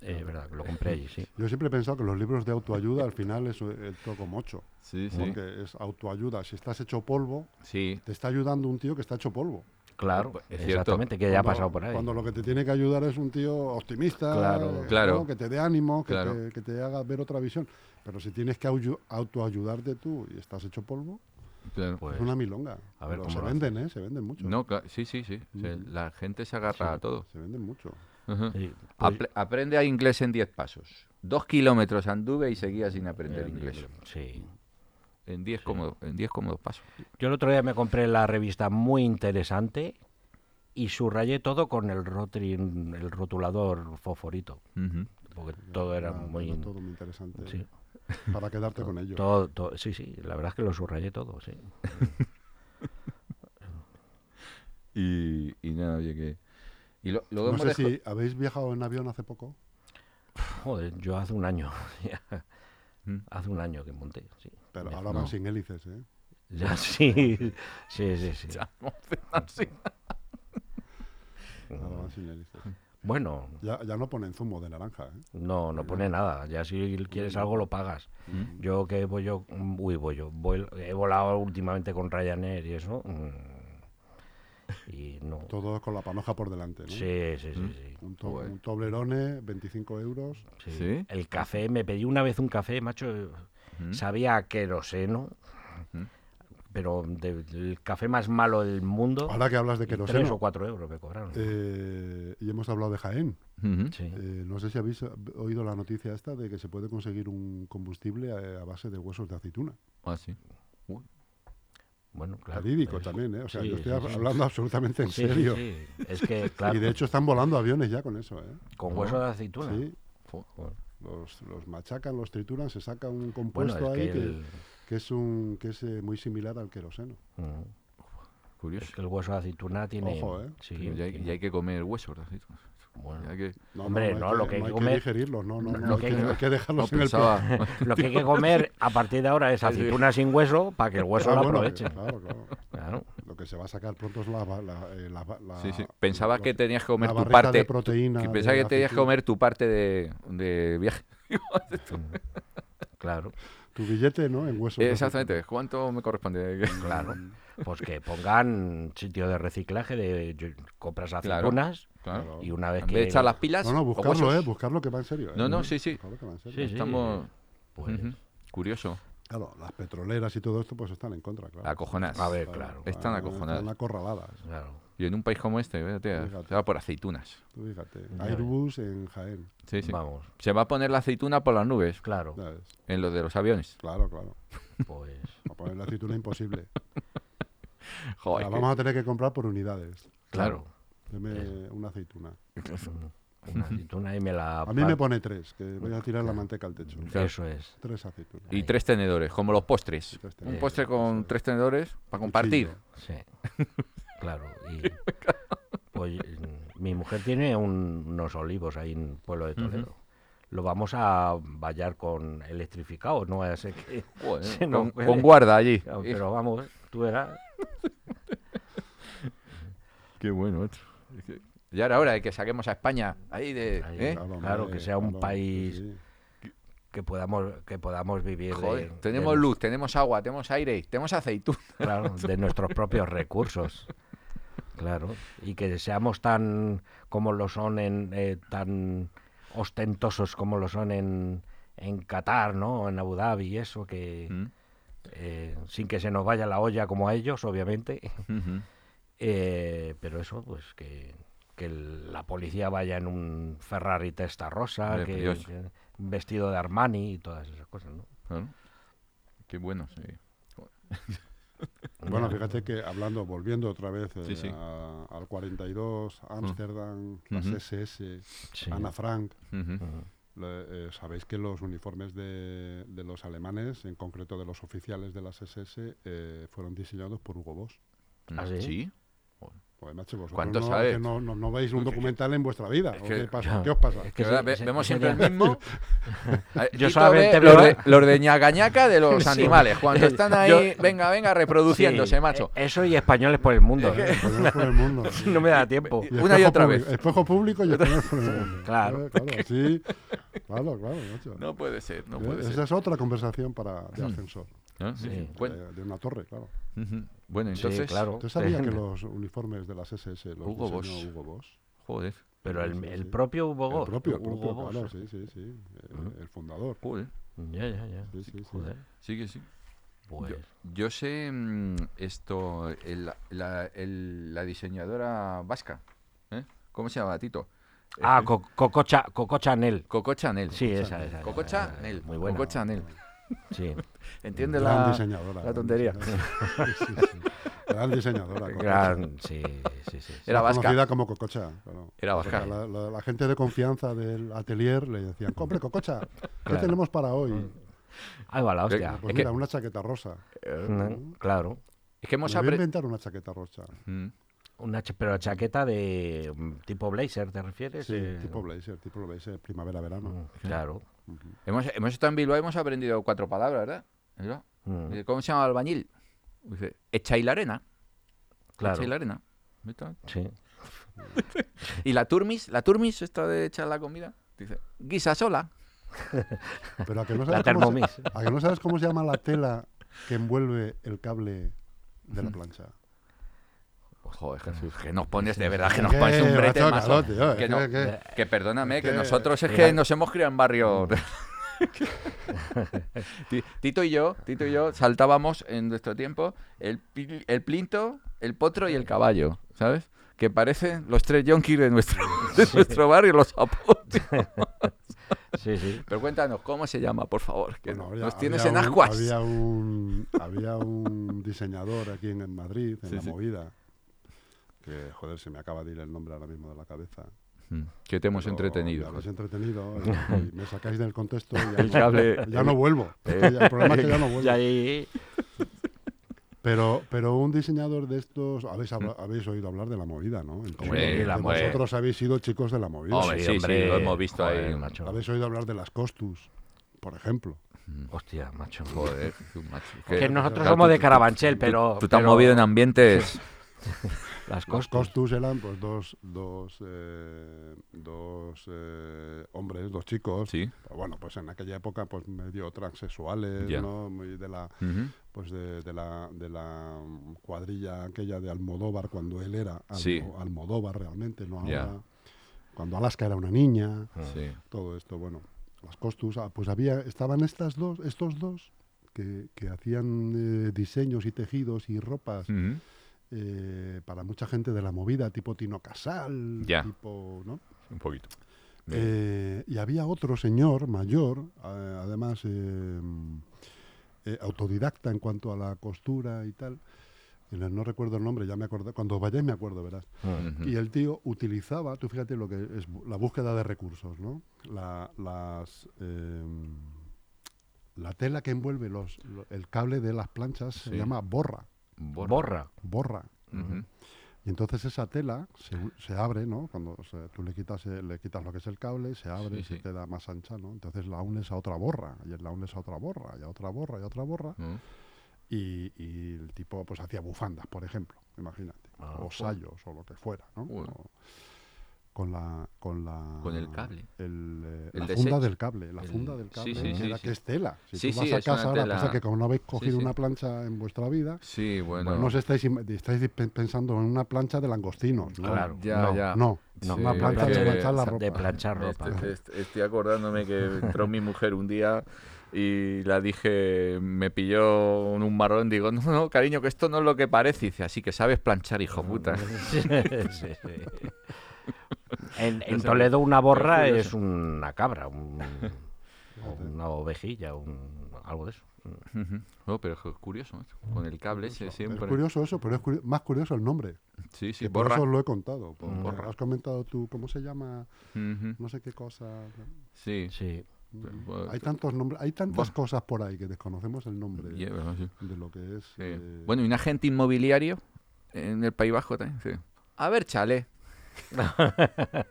Eh, Es verdad, que lo compré allí, sí.
Yo siempre he pensado que los libros de autoayuda al final es el toco mocho,
Sí, sí.
porque es autoayuda. Si estás hecho polvo,
Sí,
te está ayudando un tío que está hecho polvo.
Claro,
Pues, es cierto.
exactamente, que ya ha
Cuando-
pasado por ahí.
Cuando lo que te tiene que ayudar es un tío optimista,
Claro.
¿no?
Claro.
que te dé ánimo, que,
Claro.
te, que te haga ver otra visión. Pero si tienes que auyu- autoayudarte tú y estás hecho polvo,
claro.
Pues,
es una milonga.
a ver
Pero
cómo
se
lo
venden, ¿eh? Se venden mucho.
No, cla- sí, sí, sí. O sea, la gente se agarra a todo.
Se venden mucho.
Ujú.
sí, pues,
Apre- aprende a inglés en 10 pasos. Dos kilómetros anduve y seguía sin aprender inglés.
eh, sí.
En 10 cómodos, en 10 cómodos pasos.
Yo el otro día me compré la revista muy interesante y subrayé todo con el, rotring- el rotulador fosforito,
Ujú.
porque todo era
Ah,
muy...
pero todo muy interesante.
Sí.
Para quedarte con ello.
Todo, todo- sí, sí, la verdad es que lo subrayé todo, sí.
Y, y nada, oye, que. Y lo- luego
No
hemos
sé
dejado-
si habéis viajado en avión hace poco.
Joder, yo hace un año, ya,
Mm.
hace un año que monté, sí.
Pero
Ya-
ahora van
no.
sin hélices, ¿eh?
Ya, sí, sí, sí, sí.
Ya, Ah, no hace nada, sí.
Ahora van sin hélices.
Bueno,
Ya, ya no ponen zumo de naranja, ¿eh?
no, no pone nada, ya si quieres algo lo pagas.
Mm.
Yo que voy yo, uy, voy yo, voy- he volado últimamente con Ryanair y eso, mm, y no.
Todos con la panoja por delante, ¿no?
Sí, sí, sí, sí.
Un, to-
Joder.
un toblerone, 25 euros.
Sí.
¿Sí?
El café, me pedí una vez un café, macho, eh,
Mm.
sabía a queroseno, pero de- del café más malo del mundo,
Ahora que hablas de
y tres o
queroseno,
cuatro euros me cobraron.
eh, y hemos hablado de Jaén,
Ujú.
Sí.
eh, no sé si habéis eh, oído la noticia esta de que se puede conseguir un combustible a, a base de huesos de aceituna.
Ah, sí. Uy,
Bueno, claro.
Verídico
es-
también, ¿eh? O sea,
sí,
yo estoy
sí, sí.
hablando absolutamente en
Sí, sí,
serio.
sí. Es que, claro,
Y de hecho están volando aviones ya con eso, ¿eh?
con hueso de aceituna.
Sí,
fo-
Joder.
los, los machacan, los trituran, se saca un
Bueno,
compuesto
es que,
ahí que,
el,
que es, un, que es eh, muy similar al queroseno.
mm, es
curioso.
que el hueso de aceituna tiene...
Ojo, ¿eh?
sí,
Pero ya, hay,
tiene-
ya hay que comer huesos, ¿no? Sí,
bueno.
ya que-
No,
Hombre, no, lo que hay que comer-
digerirlos, no, no,
Lo
no, hay,
que
que,
hay que-
hay que
No
dejarlos en el
pensaba.
Lo que hay que comer a partir de ahora es aceituna sin hueso para que el
plato.
hueso
Ah,
lo
bueno,
aproveche.
claro, claro.
Claro.
Lo que se va a sacar pronto es la... ba- la, eh, la ba- la-
Sí, sí. Pensaba
la-
que tenías que comer
la
tu
barrita
parte.
de proteína
que pensaba
de
que tenías que
aceituna.
comer tu parte de, de viaje.
Claro,
Tu billete, ¿no? En hueso.
Exactamente. ¿Cuánto me corresponde?
claro. Pues que pongan sitio de reciclaje de yo- compras
Claro.
aceitunas
Claro.
y una vez
En
que
vez de echar las pilas.
No, no,
los
buscarlo, ¿eh?
huesos.
Buscarlo que va en serio. ¿eh?
No, no, sí, sí.
Buscarlo que va en serio.
Sí, sí.
Estamos.
pues,
Ujú. Curioso.
Claro, las petroleras y todo esto pues están en contra, claro.
Acojonas.
a ver, claro,
Están acojonadas.
Están acorraladas,
claro.
Y en un país como este, fíjate,
Fíjate.
se va por aceitunas.
tú fíjate.
Ya
Airbus en Jaén,
Sí, sí.
Vamos,
Se va a poner la aceituna por las nubes,
claro,
¿sabes?
en lo de los aviones.
Claro, claro.
pues
A poner la aceituna imposible.
Joder,
la
que-
vamos a tener que comprar por unidades.
claro.
Deme una aceituna.
Una aceituna y me la...
A mí me pone tres, que voy a tirar la manteca al techo.
Eso es.
Tres aceitunas.
Y tres tenedores, como los postres.
Tres tenedores.
Un postre con tres tenedores para compartir.
Cuchillo.
Sí, claro. Y, pues, mm, mi mujer tiene un- unos olivos ahí en Pueblo de Toledo. Lo vamos a vallar con electrificado, no vaya a ser que
Joder,
se nos
con,
cuele.
con guarda allí.
Claro, Pero vamos, tú verás.
Qué bueno. macho. Es que- Ya era hora de que saquemos a España ahí de...
Ahí,
¿eh?
claro, que sea un país-
sí, sí.
Que podamos, que podamos vivir de-
Joder,
de
tenemos
nos-
luz, tenemos agua, tenemos aire, tenemos aceituna.
claro, de nuestros propios recursos. Claro, y que seamos tan como lo son en eh, tan ostentosos como lo son en, en Qatar, ¿no? En Abu Dhabi y eso
Mm.
que eh, sin que se nos vaya la olla como a ellos, obviamente.
Ujú.
Eh, pero eso, pues que que el- la policía vaya en un Ferrari testa rosa,
Hombre,
que,
por Dios.
que- vestido de Armani y todas esas cosas, ¿no?
Claro. Qué bueno, sí.
Bueno, fíjate que hablando, volviendo otra vez eh,
Sí, sí. Mm.
a- al 42, Ámsterdam, las
Ujú.
SS,
Sí.
Ana Frank.
Ujú.
Le- eh, Sabéis que los uniformes de, de los alemanes, en concreto de los oficiales de las SS, eh, fueron diseñados por Hugo Boss.
¿Ah, sí?
Sí.
Pues, macho, vosotros
¿Cuánto
no,
sabes?
que no, no- no veis un documental en vuestra vida.
Es
¿o
que-
qué, pasa?
Ya.
¿Qué os pasa?
Es
Que
que
verdad,
ese-
ve-
ese-
vemos
ese
siempre el
día-
mismo. Eh,
Yo
Tito
solamente
ve
veo-
los de, los de ñagañaca de los
Sí.
animales. Cuando están ahí, venga, venga, reproduciéndose,
Sí,
macho.
eh, Eso y españoles por el mundo. ¿no?
Español por el mundo.
No me da tiempo.
Y
Una y
espejo
otra
público-
vez.
Espejo público y español por el mundo.
Claro.
Eh, claro, sí. Claro, claro, macho.
No puede ser, no
Eh,
puede
Esa
ser.
es otra conversación para de ascensor,
Ah, sí,
Sí.
Bueno,
de, de una torre, claro.
ujú. Bueno,
Sí,
entonces.
claro.
¿Usted sabía que los uniformes de las SS los
Hugo Boss.
diseñó Hugo Boss?
Joder,
Pero el,
Sí, sí,
el
sí.
propio Hugo
El
Boss.
propio, el
Hugo
propio,
Boss.
claro, sí, sí, sí. eh, El fundador.
joder.
Ya, ya, ya.
Sí, sí, sí.
Joder,
Sí que sí.
pues.
Yo sé mm, esto, el- la, el- la diseñadora vasca. ¿eh? ¿Cómo se llama, Tito? este-
Ah, Co- Coco, Cha- Coco Chanel.
Coco Chanel.
Sí, esa, esa.
Coco
esa, esa,
Chanel.
Muy buena.
Coco Chanel.
Sí.
Entiende
Gran
la,
diseñadora,
la
gran
tontería.
Gran diseñadora. Cococha.
Gran, sí, sí, sí. sí.
Era
Más
vasca.
Conocida como Cococha. claro.
Era vasca.
Porque La, la- la gente de confianza del atelier le decían, compre Cococha, ¿qué tenemos para hoy?
Mm. Eh,
Ahí va la hostia.
Pues
Es que-
mira, una chaqueta rosa.
Mm, Claro.
Es que
Me
hemos Mm.
voy a
aprendido.
inventar una chaqueta rosa.
Una cha- pero chaqueta de mm, tipo blazer, ¿te refieres?
Sí,
Eh,
tipo blazer, tipo blazer, primavera-verano.
mm, Claro.
Hemos, hemos estado en Bilbao y hemos aprendido cuatro palabras, ¿verdad? En Bilbao.
Mm,
Dice, ¿Cómo se llama el albañil? Dice, echa y la arena.
Claro.
Echa y la arena. Ahí está.
Sí.
Y la turmis, la turmis, esta de echar la comida, dice, guisa sola.
Pero a que, no
La
sabes cómo se,
Thermomix.
a que no sabes cómo se llama la tela que envuelve el cable de
Mm.
la plancha.
Joder, Jesús, que nos pones de verdad, que nos
¿Qué?
pones un
Macho,
brete más.
claro, tío,
que,
es
no- eh,
que- que-
que perdóname, que
que-
nosotros es que nos hemos criado en barrio. Ti- Tito y yo, Tito y yo saltábamos en nuestro tiempo el, pil- el plinto, el potro y el caballo, ¿sabes? Que parecen los tres yonkis de nuestro, de nuestro barrio, los apuntes.
Sí, sí.
Pero cuéntanos, ¿cómo se llama, por favor? Que
Bueno,
no-
había-
nos tienes
había
en
un-
ascuas.
Había un, había un diseñador aquí en, en Madrid, en
Sí,
la
sí.
movida, que, joder, se me acaba de ir el nombre ahora mismo de la cabeza.
Mm, Que te hemos
Pero
entretenido.
Me habéis
José.
entretenido y, y me sacáis del contexto y ya,
El cable-
ya no vuelvo.
Eh.
El problema es que ya no vuelvo.
Y ahí.
Pero, pero un diseñador de estos, habéis, habla- habéis oído hablar de la movida, ¿no? Entonces,
Hombre,
la
de
movida.
vosotros habéis sido chicos de la movida.
Hombre, sí, sí, lo hemos visto
joder,
ahí.
macho.
Habéis oído hablar de las costus, por ejemplo.
Pues-
Hostia, macho.
Joder, tú, macho,
Que
que-
nosotros
Claro,
somos
tú-
de
tú-
Carabanchel,
tú-
pero.
Tú te has
pero
movido en ambientes.
Las
Los
costas.
costus eran pues dos, dos, eh, dos eh, hombres, dos chicos.
Sí.
Pero bueno, pues en aquella época pues medio transexuales,
Ya.
¿no? Muy de la
Ujú.
pues de, de la, de la mm, cuadrilla aquella de Almodóvar cuando él era Almo-
Sí.
Almodóvar realmente, no ahora.
Ya. Ah.
Cuando Alaska era una niña,
Sí.
todo esto, bueno. Las costus, ah, pues había estaban estas dos, estos dos que, que hacían eh, diseños y tejidos y ropas
Ujú.
eh, para mucha gente de la movida, tipo Tino Casal,
Ya.
tipo, ¿no?
Un poquito.
Eh, y había otro señor mayor, a- además eh, eh, autodidacta en cuanto a la costura y tal. Y no, no recuerdo el nombre, ya me acuerdo. Cuando os vayáis me acuerdo, verás.
Mm.
Ujú.
Y el tío utilizaba, tú fíjate lo que es bu- la búsqueda de recursos, ¿no? La, las, eh, la tela que envuelve los, lo- el cable de las planchas se
Sí.
llama borra.
Borra.
Borra.
Borra.
Ujú.
Y entonces esa tela se, u- se abre, ¿no? Cuando se- tú le quitas, eh, le quitas lo que es el cable, se
Sí,
abre y se
sí.
queda más ancha, ¿no? Entonces la unes a otra borra, y la unes a otra borra, y a otra borra, y a otra borra.
Ujú.
Y, y el tipo pues hacía bufandas, por ejemplo, imagínate.
Ah,
o
joder.
sayos o lo que fuera, ¿no?
Joder.
O- con la con la
Con el cable.
el, eh,
El
la
desecho.
funda del cable la
El-
funda del
sí,
cable
sí, sí,
que era
sí.
que es tela si
Sí,
tú vas
sí,
a
es una
casa ahora
tela-
pasa que como no habéis cogido
sí.
una plancha en vuestra vida
Sí, bueno.
no os estáis, im- estáis pe- pensando en una plancha de langostinos, ¿no?
Claro.
Ya,
no,
ya. Este,
No,
No,
una
Sí,
plancha
es
de
que-
planchar la ropa.
De planchar
Me
ropa.
est- est- este, estoy acordándome que entró mi mujer un día y la dije, me pilló en un marrón, digo, no, no, cariño, que esto no es lo que parece. Y dice, así que sabes planchar, hijo puta.
Sí, sí, sí. En, en
No sé.
Toledo una borra
Qué
es
curioso.
una cabra, un- o una ovejilla, un, algo de eso.
Ujú. No, pero es curioso, macho. Con el cable ese
Es
siempre.
curioso eso, pero es curi- más curioso el nombre.
Sí, sí,
que por
borra. Mm.
eso os lo he contado. porque
Borra.
Has comentado tú, ¿cómo se llama?
Ujú.
No sé qué cosa. Mm,
Sí.
Sí.
pero, bueno,
Hay tantos nombres, hay tantas
Borra.
cosas por ahí que desconocemos el nombre
yeah, ¿verdad? Sí.
de lo que es.
Sí.
eh,
Bueno, y un agente inmobiliario en el País Vasco también. sí. A ver, chale.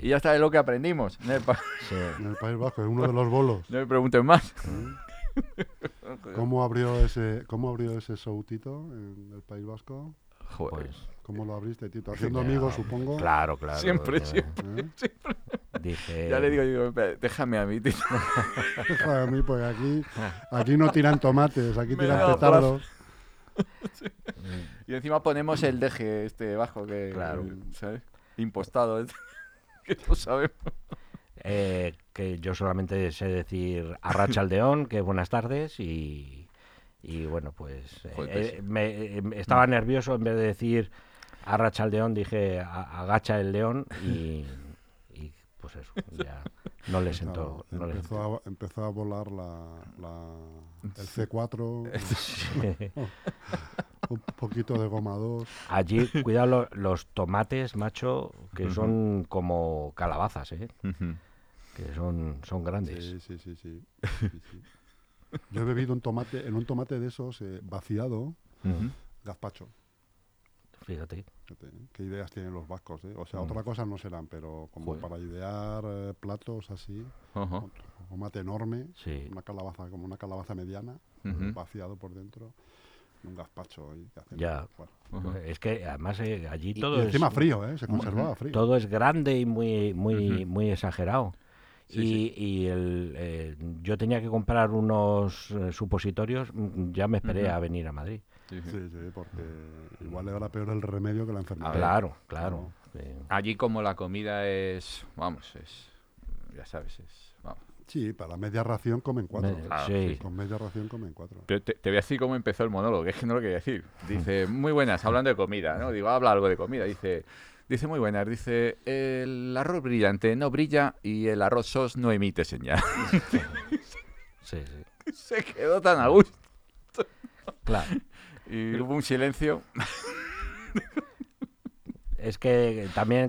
Y ya está de lo que aprendimos. No, hay pa-
sí.
en el País Vasco, es uno de los bolos.
no me pregunten más.
¿Cómo abrió ese, cómo abrió ese show Tito en el País Vasco?
Joder.
Pues,
¿Cómo lo abriste, Tito? Haciendo amigos, supongo.
claro, claro.
Siempre,
eh,
siempre.
¿eh?
Dije,
Ya le digo, digo, "Espera, déjame a mí, tío".
Para mí, pues aquí, aquí no tiran tomates, aquí
Me
tiran
da
petardos.
Y encima ponemos el deje este bajo que.
Claro.
¿Sabes? Impostado. que no sabemos.
eh, que yo solamente sé decir arrachaldeón, que buenas tardes y, y bueno, pues eh,
Joder, pues sí.
eh, me, eh, me estaba nervioso en vez de decir arrachaldeón, dije "A- agacha el león y, y, pues eso, ya no le sentó. No
Claro,
le sentó.
empezó, a, empezó a volar la, la- el C4, un poquito de goma 2.
Allí, cuidado, lo- los tomates, macho, que son como calabazas, ¿eh? que son, son grandes.
Sí, sí, sí, sí, sí, sí. Yo he bebido un tomate, en un tomate de esos eh, vaciado,
Mm,
gazpacho.
Fíjate.
Fíjate, ¿eh? Qué ideas tienen los vascos, ¿eh? O sea, otra cosa no serán, pero como
Joder.
para idear eh, platos así,
Ajá.
un tomate enorme,
Sí.
una calabaza, como una calabaza mediana, eh,
Ujú.
vaciado por dentro, un gazpacho ahí. que hacen-
Ya.
bueno.
Ajá.
Es que además eh, allí
Y
todo es,
encima frío, ¿eh? Se conservaba frío.
todo es grande y muy, muy, muy exagerado.
Sí,
y
sí.
y el, eh, yo tenía que comprar unos eh, supositorios, mm, ya me esperé a venir a Madrid.
Sí, sí.
Sí, sí, porque igual le dará peor el remedio que la enfermedad.
ver.
Claro, claro. Eh,
Allí como la comida es, vamos, es, ya sabes, es, vamos.
Sí, para media ración comen cuatro.
me-
claro,
sí.
Con media ración comen cuatro.
Te, te- te voy a decir cómo empezó el monólogo, que es que no lo quería decir. Dice, muy buenas, hablando de comida, ¿no? Digo, habla algo de comida. Dice, dice muy buenas, dice, el arroz brillante no brilla y el arroz sos no emite señal.
sí, sí.
Se quedó tan a gusto.
Claro.
Y hubo un silencio.
Es que también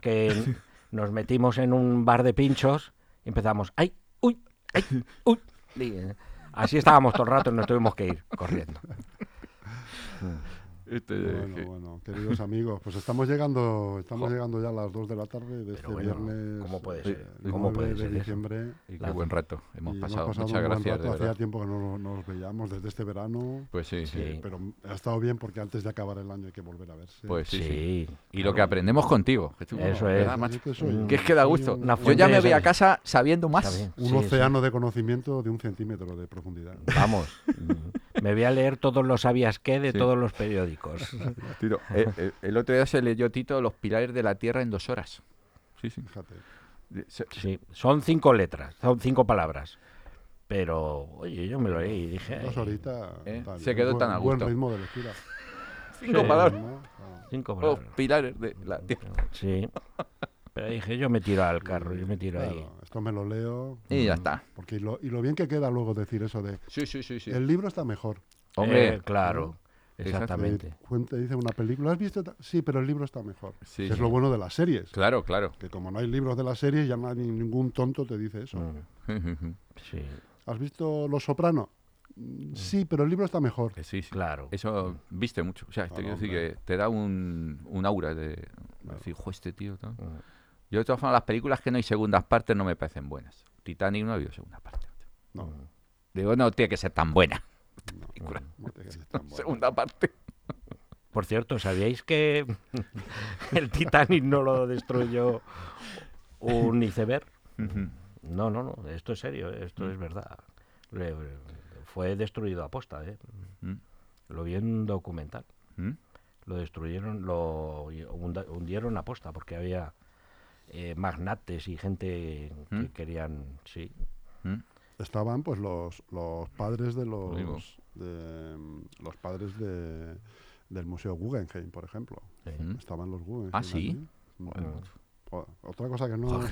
que nos metimos en un bar de pinchos y empezamos, ¡ay! ¡Uy! ¡Ay! ¡Uy! Y, eh, así estábamos todo el rato y nos tuvimos que ir corriendo.
Este,
Bueno,
que-
bueno, queridos amigos, pues estamos llegando, estamos llegando ya a las 2 de la tarde de este
Pero bueno,
viernes.
¿cómo puede
eh,
ser?
el
¿Cómo
9
puede
de
ser eso?
diciembre.
y qué
Claro.
buen rato hemos
Y
pasado.
pasado
Muchas
un buen
gracias,
rato,
de
hacía
verdad.
tiempo que no no nos veíamos desde este verano.
Pues sí, sí.
Sí.
Eh, Pero ha estado bien porque antes de acabar el año hay que volver a verse.
Pues sí, sí.
Sí.
Y lo que aprendemos contigo. que tú-
Eso
¿verdad,
es.
macho?
Yo que soy-
Que es que da
soy
gusto.
un-
Una
Yo
fuente
ya me
de
voy a
saber.
casa sabiendo
está
más.
bien.
Un
Sí, sí.
océano de conocimiento de un centímetro de profundidad.
Vamos. mm, Me voy a leer todos los sabías qué de
Sí.
todos los periódicos.
Tito, eh, eh, el otro día se leyó Tito Los pilares de la Tierra en dos horas. Sí, sí.
Fíjate.
Se-
Sí, son cinco letras, son cinco palabras. Pero, oye, yo me lo leí y dije.
Dos
"Ay,
horitas.
Eh,
tal,
se
un
quedó
buen-
tan a
Buen
gusto.
ritmo de lectura.
Cinco
Sí.
palabras.
¿no? Ah,
Cinco
Los
palabras.
pilares de la Tierra.
Sí. Pero dije, yo me tiro al carro, yo me tiro ahí.
claro, Esto me lo leo.
Y ya está.
Porque y lo, y lo bien que queda luego decir eso de
Sí, sí, sí. sí.
el libro está mejor.
Hombre,
Eh, claro,
Fíjate.
exactamente.
Eh, cuenta- dice una película, ¿has visto? ta-?" Sí, pero el libro está mejor.
Sí,
Que
sí.
Es lo bueno de las series.
claro, claro.
Que como no hay libros de las series, ya no hay ningún tonto te dice eso.
Mm,
Eh,
Sí,
¿Has visto Los Soprano? "Mm, Sí, pero el libro está mejor.
Eh, Sí, sí.
claro.
Eso viste mucho. O sea, te
Claro,
quiero decir
hombre.
que te da un, un aura de
Claro.
decir, "Jo, este tío. tal".
Mm.
Yo, de todas formas, las películas que no hay segundas partes no me parecen buenas. Titanic no ha habido segunda parte.
No,
Mm. Digo, no tiene que ser tan buena.
no,
Película.
no te creas, tan bueno.
Segunda parte.
Por cierto, ¿sabíais que el Titanic no lo destruyó un iceberg? No, no, no, esto es serio, eh, esto es verdad. Le- fue destruido a posta, ¿eh?
Mm.
Lo vi en un documental.
¿Mm?
Lo destruyeron, lo y- hunda- hundieron a posta porque había eh, magnates y gente que
¿Mm?
querían, sí,
¿Mm?
Estaban pues los, los padres de los
Amigos.
de, mm, los padres de, del Museo Guggenheim, por ejemplo.
sí.
¿Mm?
Estaban los Guggenheim.
Ah, sí.
allí. Joder, otra cosa que no